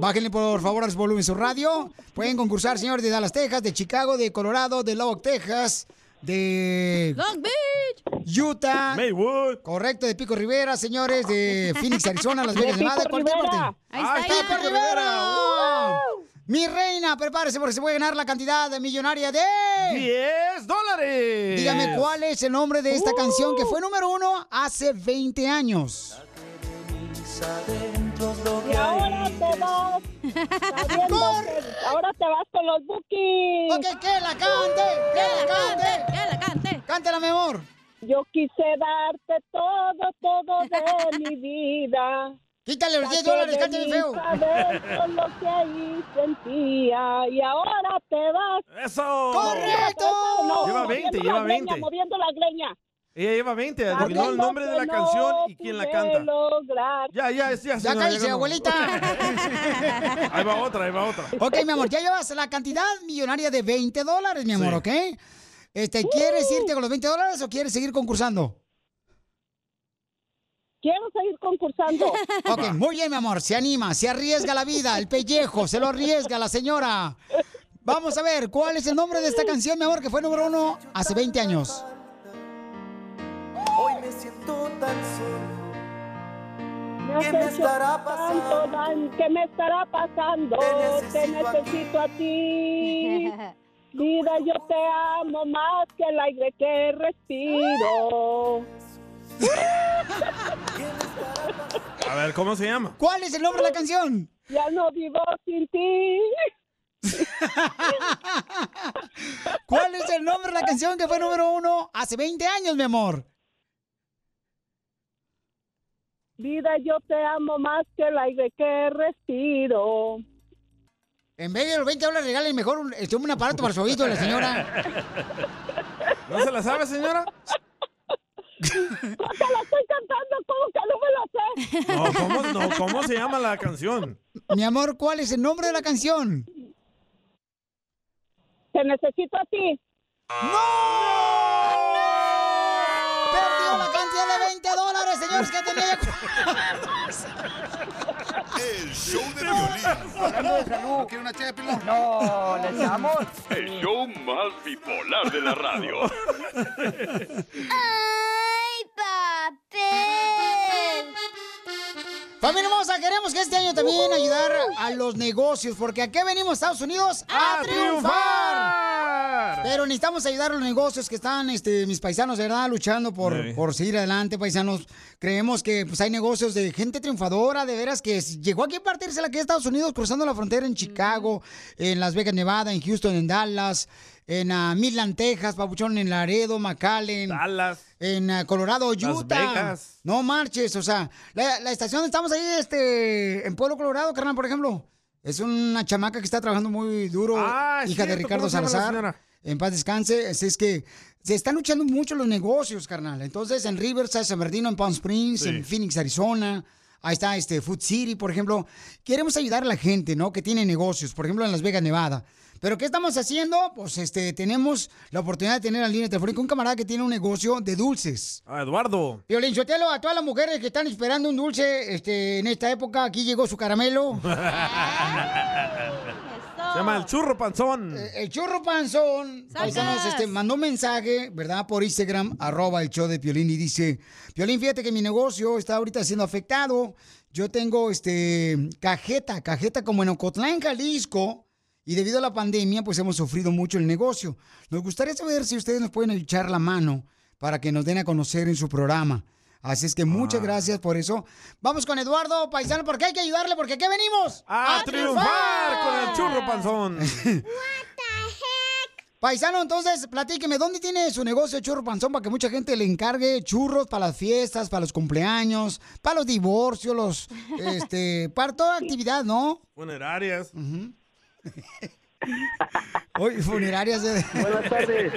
A: Bájenle por favor al volumen su radio. Pueden concursar, señores, de Dallas, Texas, de Chicago, de Colorado, de Lubbock, Texas, de
C: Long Beach,
A: Utah. Maywood. Correcto, de Pico Rivera, señores, de Phoenix, Arizona, Las
M: De
A: Vegas, Nevada, de
M: Pico
A: cualquier
M: Rivera.
A: parte.
M: Ahí Ah, está
A: Pico
M: ya.
A: Rivera.
M: ¡Wow!
A: Mi reina, prepárese porque se puede ganar la cantidad de millonaria de
B: 10 dólares.
A: Dígame cuál es el nombre de esta canción
M: ¡Uh!
A: que fue número uno hace 20 años.
M: Y ahora te vas. sabiendo que- Ahora te vas con los bookies.
A: Ok, que la cante, que la cante, que la cante. Cántela, mi amor.
M: Yo quise darte todo, todo de mi vida.
A: Quítale
M: los
A: 10 dólares, cántale feo.
M: Con lo que ahí sentía y ahora te vas.
B: ¡Eso!
M: ¡Correcto!
B: Lleva 20, lleva 20.
M: moviendo la greña.
B: Ella lleva 20,
W: Ah,
B: adivinó el nombre de la canción y quién la canta. Ya, ya, ya.
A: Ya
B: señora,
A: cállese,
B: ganó.
A: abuelita.
B: Ahí va otra, ahí va otra.
A: ok, mi amor, ya llevas la cantidad millonaria de 20 dólares, mi amor, ¿ok?
M: Uh.
A: Este, ¿Quieres irte con los 20 dólares o quieres seguir concursando?
M: Quiero seguir concursando.
A: Ok, muy bien, mi amor. Se anima, se arriesga la vida, el pellejo, se lo arriesga la señora. Vamos a ver, ¿cuál es el nombre de esta canción, mi amor, que fue número uno hace 20 años?
S: Hoy me siento tan solo.
M: Me has
S: ¿Qué me
M: hecho
S: estará
M: tanto daño, ¿Qué me estará pasando? Te
S: necesito a ti.
M: necesito a ti. Vida, yo te amo más que el aire que respiro.
B: A ver, ¿cómo se llama?
A: ¿Cuál es el nombre de la canción?
M: Ya no vivo sin ti.
A: ¿Cuál es el nombre de la canción que fue número uno hace 20 años, mi amor?
M: Vida, yo te amo más que el aire que respiro.
A: En vez de los 20 dólares, regalen mejor un, este, un aparato para su oído, la señora.
B: ¿No se la sabe, señora?
M: ¿Cómo te la estoy cantando? ¿Cómo que no me lo sé?
B: No, ¿cómo, no, ¿cómo se llama la canción?
A: Mi amor, ¿cuál es el nombre de la canción?
M: Te necesito a ti.
A: Perdió la cantidad de 20 dólares, señores, que tenía.
E: El show de violín.
Q: salud. ¿Quiere una ché, Pilón? No, le echamos.
F: El show más bipolar de la radio.
A: ¡Ay, papel! Familia hermosa, queremos que este año también ayudar a los negocios, porque aquí venimos a Estados Unidos a,
M: ¡A
A: triunfar.
M: triunfar!
A: Pero necesitamos ayudar a los negocios que están, este, mis paisanos, de ¿verdad? Luchando por,
M: Sí.
A: por seguir adelante, paisanos. Creemos que pues, hay negocios de gente triunfadora, de veras, que s- llegó aquí a partirse la que es Estados Unidos, cruzando la frontera en Chicago, en Las Vegas, Nevada, en Houston, en Dallas, en ah, Midland, Texas, Pabuchón, en Laredo, McAllen.
B: Dallas.
A: En ah, Colorado,
B: Las
A: Utah.
B: Vegas.
A: No marches, o sea, la, la estación donde estamos ahí, este, en Pueblo Colorado, carnal, por ejemplo, es una chamaca que está trabajando muy duro,
B: Ah, es
A: hija de
B: cierto,
A: Ricardo
B: ¿cómo se llama la
A: Salazar.
B: señora?
A: En paz descanse, así es que se están luchando mucho los negocios, carnal. Entonces, en Riverside, San Bernardino, en Palm Springs,
B: Sí.
A: en Phoenix, Arizona. Ahí está este Food City, por ejemplo. Queremos ayudar a la gente, ¿no? Que tiene negocios, por ejemplo, en Las Vegas, Nevada. Pero ¿qué estamos haciendo? Pues este tenemos la oportunidad de tener en línea telefónica un camarada que tiene un negocio de dulces.
B: Ah, Eduardo.
A: Violín Sotelo, a todas las mujeres que están esperando un dulce este, en esta época, aquí llegó su caramelo.
B: Se llama el churro panzón.
A: Eh, El churro panzón paisanos, este, mandó un mensaje, ¿verdad? Por Instagram, arroba el show de Piolín y dice, Piolín, fíjate que mi negocio está ahorita siendo afectado. Yo tengo este cajeta, cajeta como en Ocotlán, Jalisco. Y debido a la pandemia, pues hemos sufrido mucho el negocio. Nos gustaría saber si ustedes nos pueden echar la mano para que nos den a conocer en su programa. Así es que muchas
B: Ah.
A: gracias por eso. Vamos con Eduardo Paisano, porque hay que ayudarle, porque ¿qué venimos?
W: Ah.
B: A triunfar con el churro panzón.
A: Paisano, entonces, platíqueme, ¿dónde tiene su negocio Churro Panzón para que mucha gente le encargue churros para las fiestas, para los cumpleaños, para los divorcios, los, este, para toda actividad, ¿no?
B: Funerarias.
A: Uy, funerarias. eh.
B: Buenas tardes.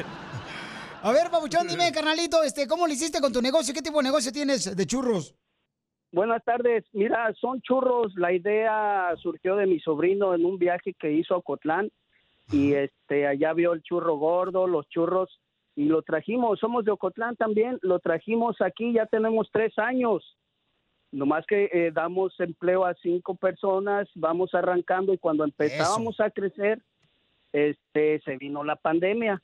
A: A ver, Pabuchón, dime, carnalito, este, ¿cómo lo hiciste con tu negocio? ¿Qué tipo de negocio tienes de churros?
W: Buenas tardes. Mira, son churros. La idea surgió de mi sobrino en un viaje que hizo a Cotlán y este allá vio el churro gordo, los churros y lo trajimos. Somos de Ocotlán también. Lo trajimos aquí. Ya tenemos tres años. Nomás que eh, damos empleo a cinco personas. Vamos arrancando y cuando empezábamos a crecer, este se vino la pandemia.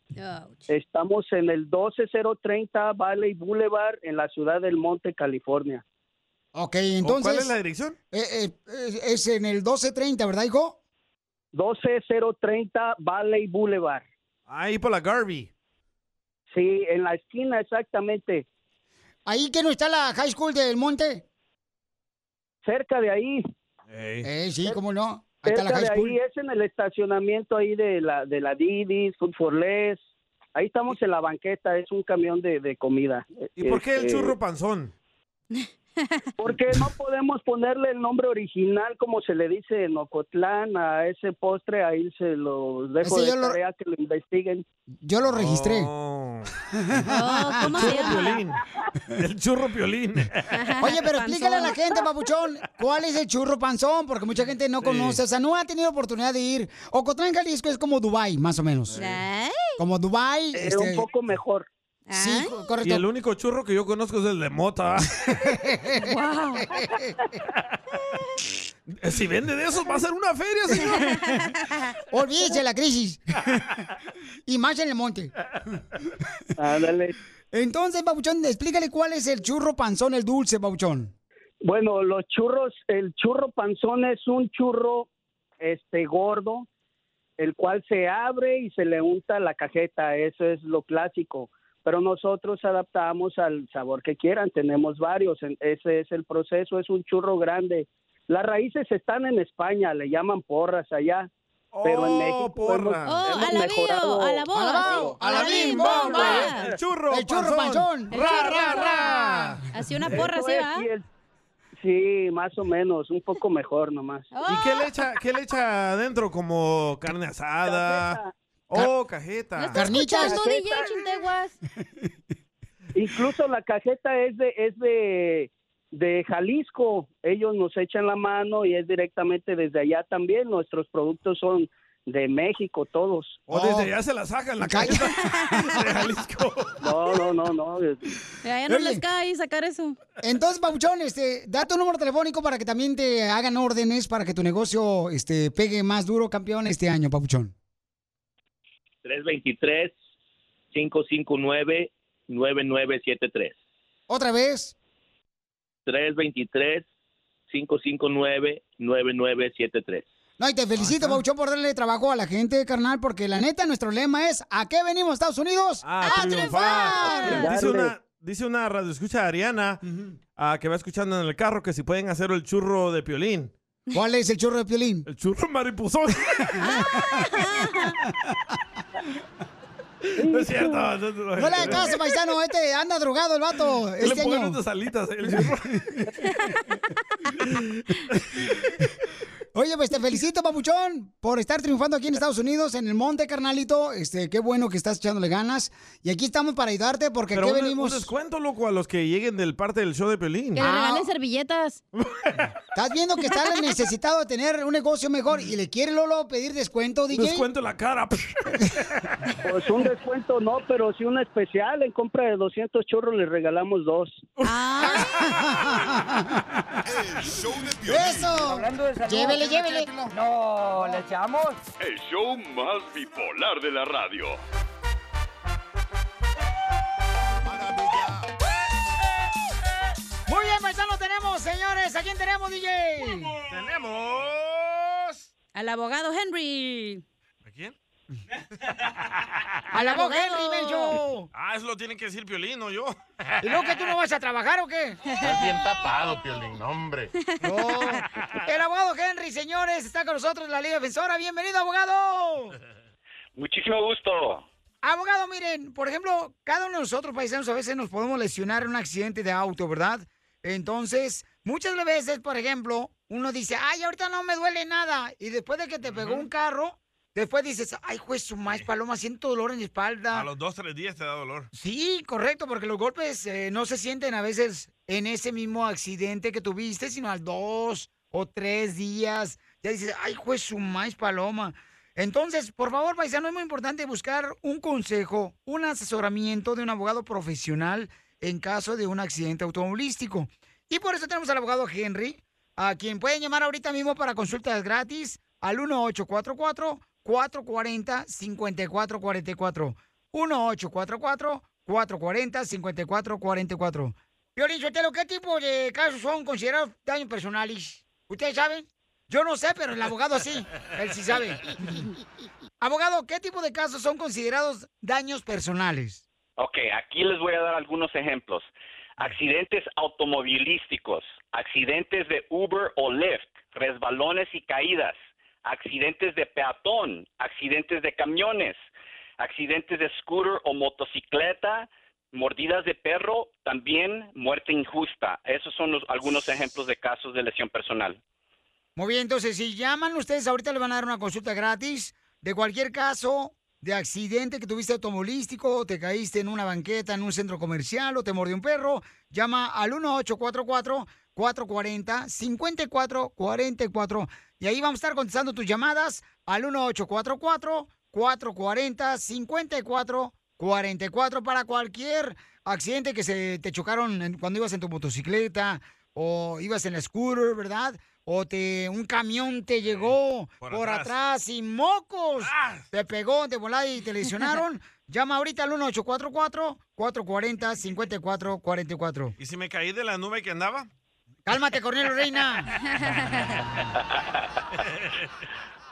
W: Estamos en el 12030 Valley Boulevard en la ciudad del Monte, California.
A: Ok, entonces.
W: cuál es la dirección?
A: Eh, eh, eh, es en el 1230, ¿verdad, hijo?
W: 12030 Valley Boulevard.
B: Ahí por la Garvey.
W: Sí, en la esquina exactamente.
A: Ahí que no está la High School del Monte.
W: Cerca de ahí.
A: Eh, sí, cómo no. Ahí está la
W: Cerca
A: High
W: de
A: School.
W: ahí es en el estacionamiento ahí de la de la Didis, Food for Less. Ahí estamos en la banqueta, es un camión de, de comida.
B: ¿Y por qué el
W: Este,
B: churro panzón?
W: Porque no podemos ponerle el nombre original como se le dice en Ocotlán a ese postre, ahí se los dejo
A: Ese
W: de
A: yo lo-
W: tarea que lo investiguen.
A: Yo lo registré.
B: Oh.
W: ¿cómo
B: el churro piolín. El churro piolín.
A: Oye, pero explícale a la gente, papuchón, ¿cuál es el churro panzón? Porque mucha gente no
B: Sí.
A: conoce, o sea, no ha tenido oportunidad de ir. Ocotlán, Jalisco es como Dubai, más o menos. Como este, Dubai.
B: Es un poco
W: mejor.
A: Sí, co- correcto.
B: Y el único churro que yo conozco es el de mota. si vende de esos, va a ser una feria, señor.
A: Olvídese de la crisis. y más en el monte.
W: Ándale.
A: Entonces, Babuchón, explícale cuál es el churro panzón, el dulce, Babuchón.
W: Bueno, los churros, el churro panzón es un churro este gordo, el cual se abre y se le unta la cajeta, eso es lo clásico. Pero nosotros adaptamos al sabor que quieran, tenemos varios, en- ese es el proceso, es un churro grande. Las raíces están en España, le llaman porras allá, pero en
B: Oh,
W: México hemos,
B: porra. Oh,
W: hemos
B: a la bio,
W: mejorado.
B: a la bo-
A: ¡Alabao!
B: ¡A la
A: bim,
B: bomba!
A: bomba!
B: El churro
A: ¡El churro panzón!
W: El churro panzón.
C: Así una porra,
W: Eso
C: ¿sí,
W: es,
C: va?
W: y el- Sí, más o menos, un poco mejor nomás.
B: ¿Y qué le echa, qué le echa adentro? Como carne asada. Oh, cajeta.
C: ¿Escuchas tú, DJ Chinteguas?
W: Incluso la cajeta es de es de, de Jalisco. Ellos nos echan la mano y es directamente desde allá también. Nuestros productos son de México todos.
B: O desde allá se la sacan la cajeta.
W: No, no, no, no.
C: Ya Eh, no
A: Oye.
C: les cae sacar eso.
A: Entonces, Babuchón, este, da tu número telefónico para que también te hagan órdenes para que tu negocio este, pegue más duro, campeón, este año, Babuchón.
W: 323-559-9973.
A: Otra vez.
W: 323-559-9973.
A: No, y te felicito, Babuchón, por darle trabajo a la gente, carnal, porque la neta, nuestro lema es ¿A qué venimos, Estados Unidos?
B: a triunfar. Dice
A: Darle.
B: una, dice una radio escucha Ariana ah, que va escuchando en el carro que si pueden hacer el churro de piolín.
A: ¿Cuál es el churro de piolín?
B: El churro maripuzón. no es cierto. No, no,
A: No le hagas caso, paisano, este anda drogado el vato.
B: Yo le
A: Este
B: pongo
A: año.
B: unas alitas. El churro.
A: Oye, pues te felicito, papuchón, por estar triunfando aquí en Estados Unidos, en el monte, carnalito. Este, qué bueno que estás echándole ganas. Y aquí estamos para ayudarte, porque
B: Pero
A: aquí
B: un,
A: venimos.
B: un descuento, loco, a los que lleguen del parte del show de piolín.
A: Ah,
C: Que le regalen servilletas.
A: Estás viendo que está necesitado de tener un negocio mejor y le quiere Lolo pedir descuento, DJ.
B: Descuento en la cara.
W: Pues un descuento no, pero sí un especial. En compra de 200 churros les regalamos dos.
A: ¡Eso!
Q: Hablando de salud,
F: Llévele,
Q: ¿quién le
F: llévele.
Q: echa el pelo? No, ¿le echamos?
F: El show más bipolar de la radio.
A: Muy bien, paisano, tenemos, señores. ¿A quién tenemos, DJ? Tenemos.
C: Al abogado Henry.
B: ¿A quién?
A: A la voz Henry, Melcho.
B: Ah, eso lo tienen que decir Piolín, no yo.
A: ¿Y luego que tú no vas a trabajar o qué?
P: Estás bien tapado, Piolín, hombre.
A: El abogado Henry, señores, está con nosotros en la Liga Defensora. Bienvenido, abogado.
U: Muchísimo gusto.
A: Abogado, miren, por ejemplo, cada uno de nosotros, paisanos, a veces nos podemos lesionar en un accidente de auto, ¿verdad? Entonces, muchas veces, por ejemplo, uno dice, ay, ahorita no me duele nada. Y después de que te pegó un carro, después dices, ay, juez, su más paloma, siento dolor en la espalda.
B: A los dos, tres días te da dolor.
A: Sí, correcto, porque los golpes eh, no se sienten a veces en ese mismo accidente que tuviste, sino al dos o tres días. Ya dices, ay, juez, su maíz paloma. Entonces, por favor, paisano, es muy importante buscar un consejo, un asesoramiento de un abogado profesional en caso de un accidente automovilístico. Y por eso tenemos al abogado Henry, a quien pueden llamar ahorita mismo para consultas gratis al 1844 440 5444 1844 440 5444 Violín Sotelo, ¿qué tipo de casos son considerados daños personales? ¿Ustedes saben? Yo no sé, pero el abogado sí. Él sí sabe. abogado, ¿qué tipo de casos son considerados daños personales?
H: Ok, aquí les voy a dar algunos ejemplos. Accidentes automovilísticos, accidentes de Uber o Lyft, resbalones y caídas, accidentes de peatón, accidentes de camiones, accidentes de scooter o motocicleta, mordidas de perro, también muerte injusta. Esos son los- algunos ejemplos de casos de lesión personal.
A: Muy bien, entonces si llaman ustedes, ahorita le van a dar una consulta gratis de cualquier caso de accidente que tuviste automovilístico, o te caíste en una banqueta, en un centro comercial o te mordió un perro. Llama al 1844-440-5444 y ahí vamos a estar contestando tus llamadas al 1844-440-5444 para cualquier accidente que se te chocaron en- cuando ibas en tu motocicleta o ibas en la scooter, ¿verdad? O te, un camión te llegó por,
S: por
A: atrás.
S: atrás.
A: y mocos. Te pegó de volada y te lesionaron. Llama ahorita al 1844-440-5444.
B: ¿Y si me caí de la nube que andaba?
A: Cálmate, Cornelio Reina.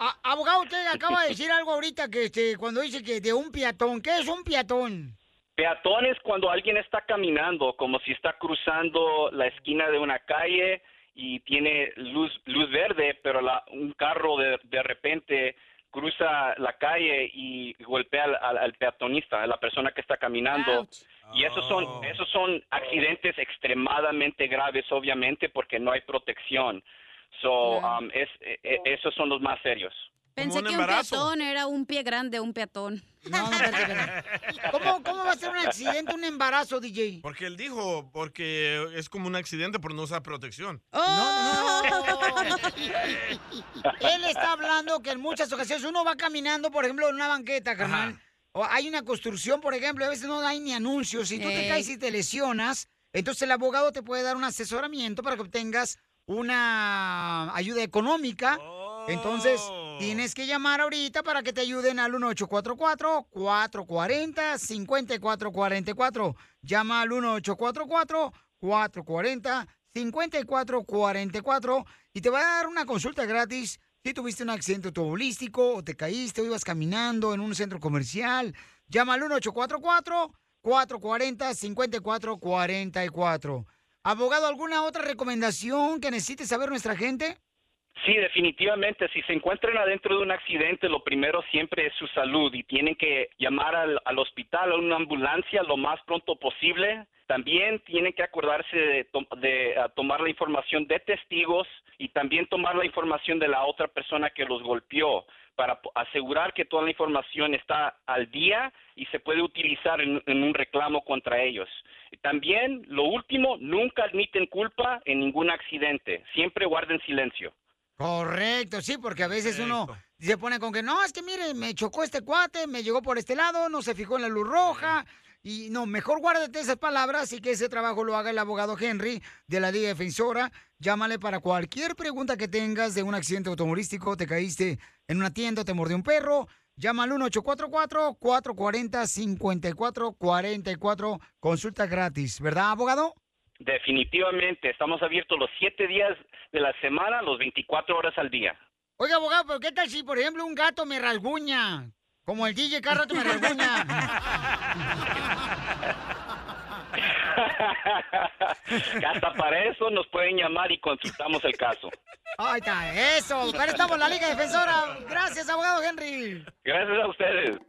A: A- abogado, usted acaba de decir algo ahorita que este, cuando dice que de un peatón. ¿Qué es un peatón?
H: Peatón es cuando alguien está caminando, como si está cruzando la esquina de una calle y tiene luz, luz verde, pero la- un carro de, de repente cruza la calle y golpea al, al- al peatonista, a la persona que está caminando. Y esos
L: Oh.
H: son, esos son accidentes extremadamente graves, obviamente, porque no hay protección. So, um, es- e- e- esos son los más serios.
C: Pensé que un peatón era un pie grande, un peatón.
A: ¿Cómo, ¿Cómo va a ser un accidente, un embarazo, DJ?
B: Porque él dijo, porque es como un accidente por no usar protección.
A: Él está hablando que en muchas ocasiones uno va caminando, por ejemplo, en una banqueta, carnal. O hay una construcción, por ejemplo, y a veces no hay ni anuncios. Si tú te
S: Ey.
A: caes y te lesionas, entonces el abogado te puede dar un asesoramiento para que obtengas una ayuda económica. Entonces, tienes que llamar ahorita para que te ayuden al 1844-440-5444. Llama al 1844-440-5444 y te va a dar una consulta gratis si tuviste un accidente automovilístico o te caíste o ibas caminando en un centro comercial. Llama al 1844-440-5444. Abogado, ¿alguna otra recomendación que necesite saber nuestra gente?
H: Sí, definitivamente. Si se encuentran adentro de un accidente, lo primero siempre es su salud y tienen que llamar al, al hospital, a una ambulancia lo más pronto posible. También tienen que acordarse de, tom- de, ah, tomar la información de testigos y también tomar la información de la otra persona que los golpeó para po- asegurar que toda la información está al día y se puede utilizar en, en un reclamo contra ellos. También, lo último, nunca admiten culpa en ningún accidente. Siempre guarden silencio.
A: Correcto, sí, porque a veces uno se pone con que no, es que mire, me chocó este cuate, me llegó por este lado, no se fijó en la luz roja. Y no, mejor guárdate esas palabras y que ese trabajo lo haga el abogado Henry de la Liga Defensora. Llámale para cualquier pregunta que tengas de un accidente automovilístico, te caíste en una tienda, te mordió un perro. Llama al 1-844-440-5444. Consulta gratis, ¿verdad, abogado?
H: Definitivamente, estamos abiertos los siete días de la semana, los 24 horas al día.
A: Oiga, abogado, pero ¿qué tal si, por ejemplo, un gato me rasguña? Como el DJ cada rato me rasguña.
H: Hasta para eso nos pueden llamar y consultamos el caso.
A: Ahí está, eso. Para estamos la Liga Defensora. Gracias, abogado Henry.
H: Gracias a ustedes.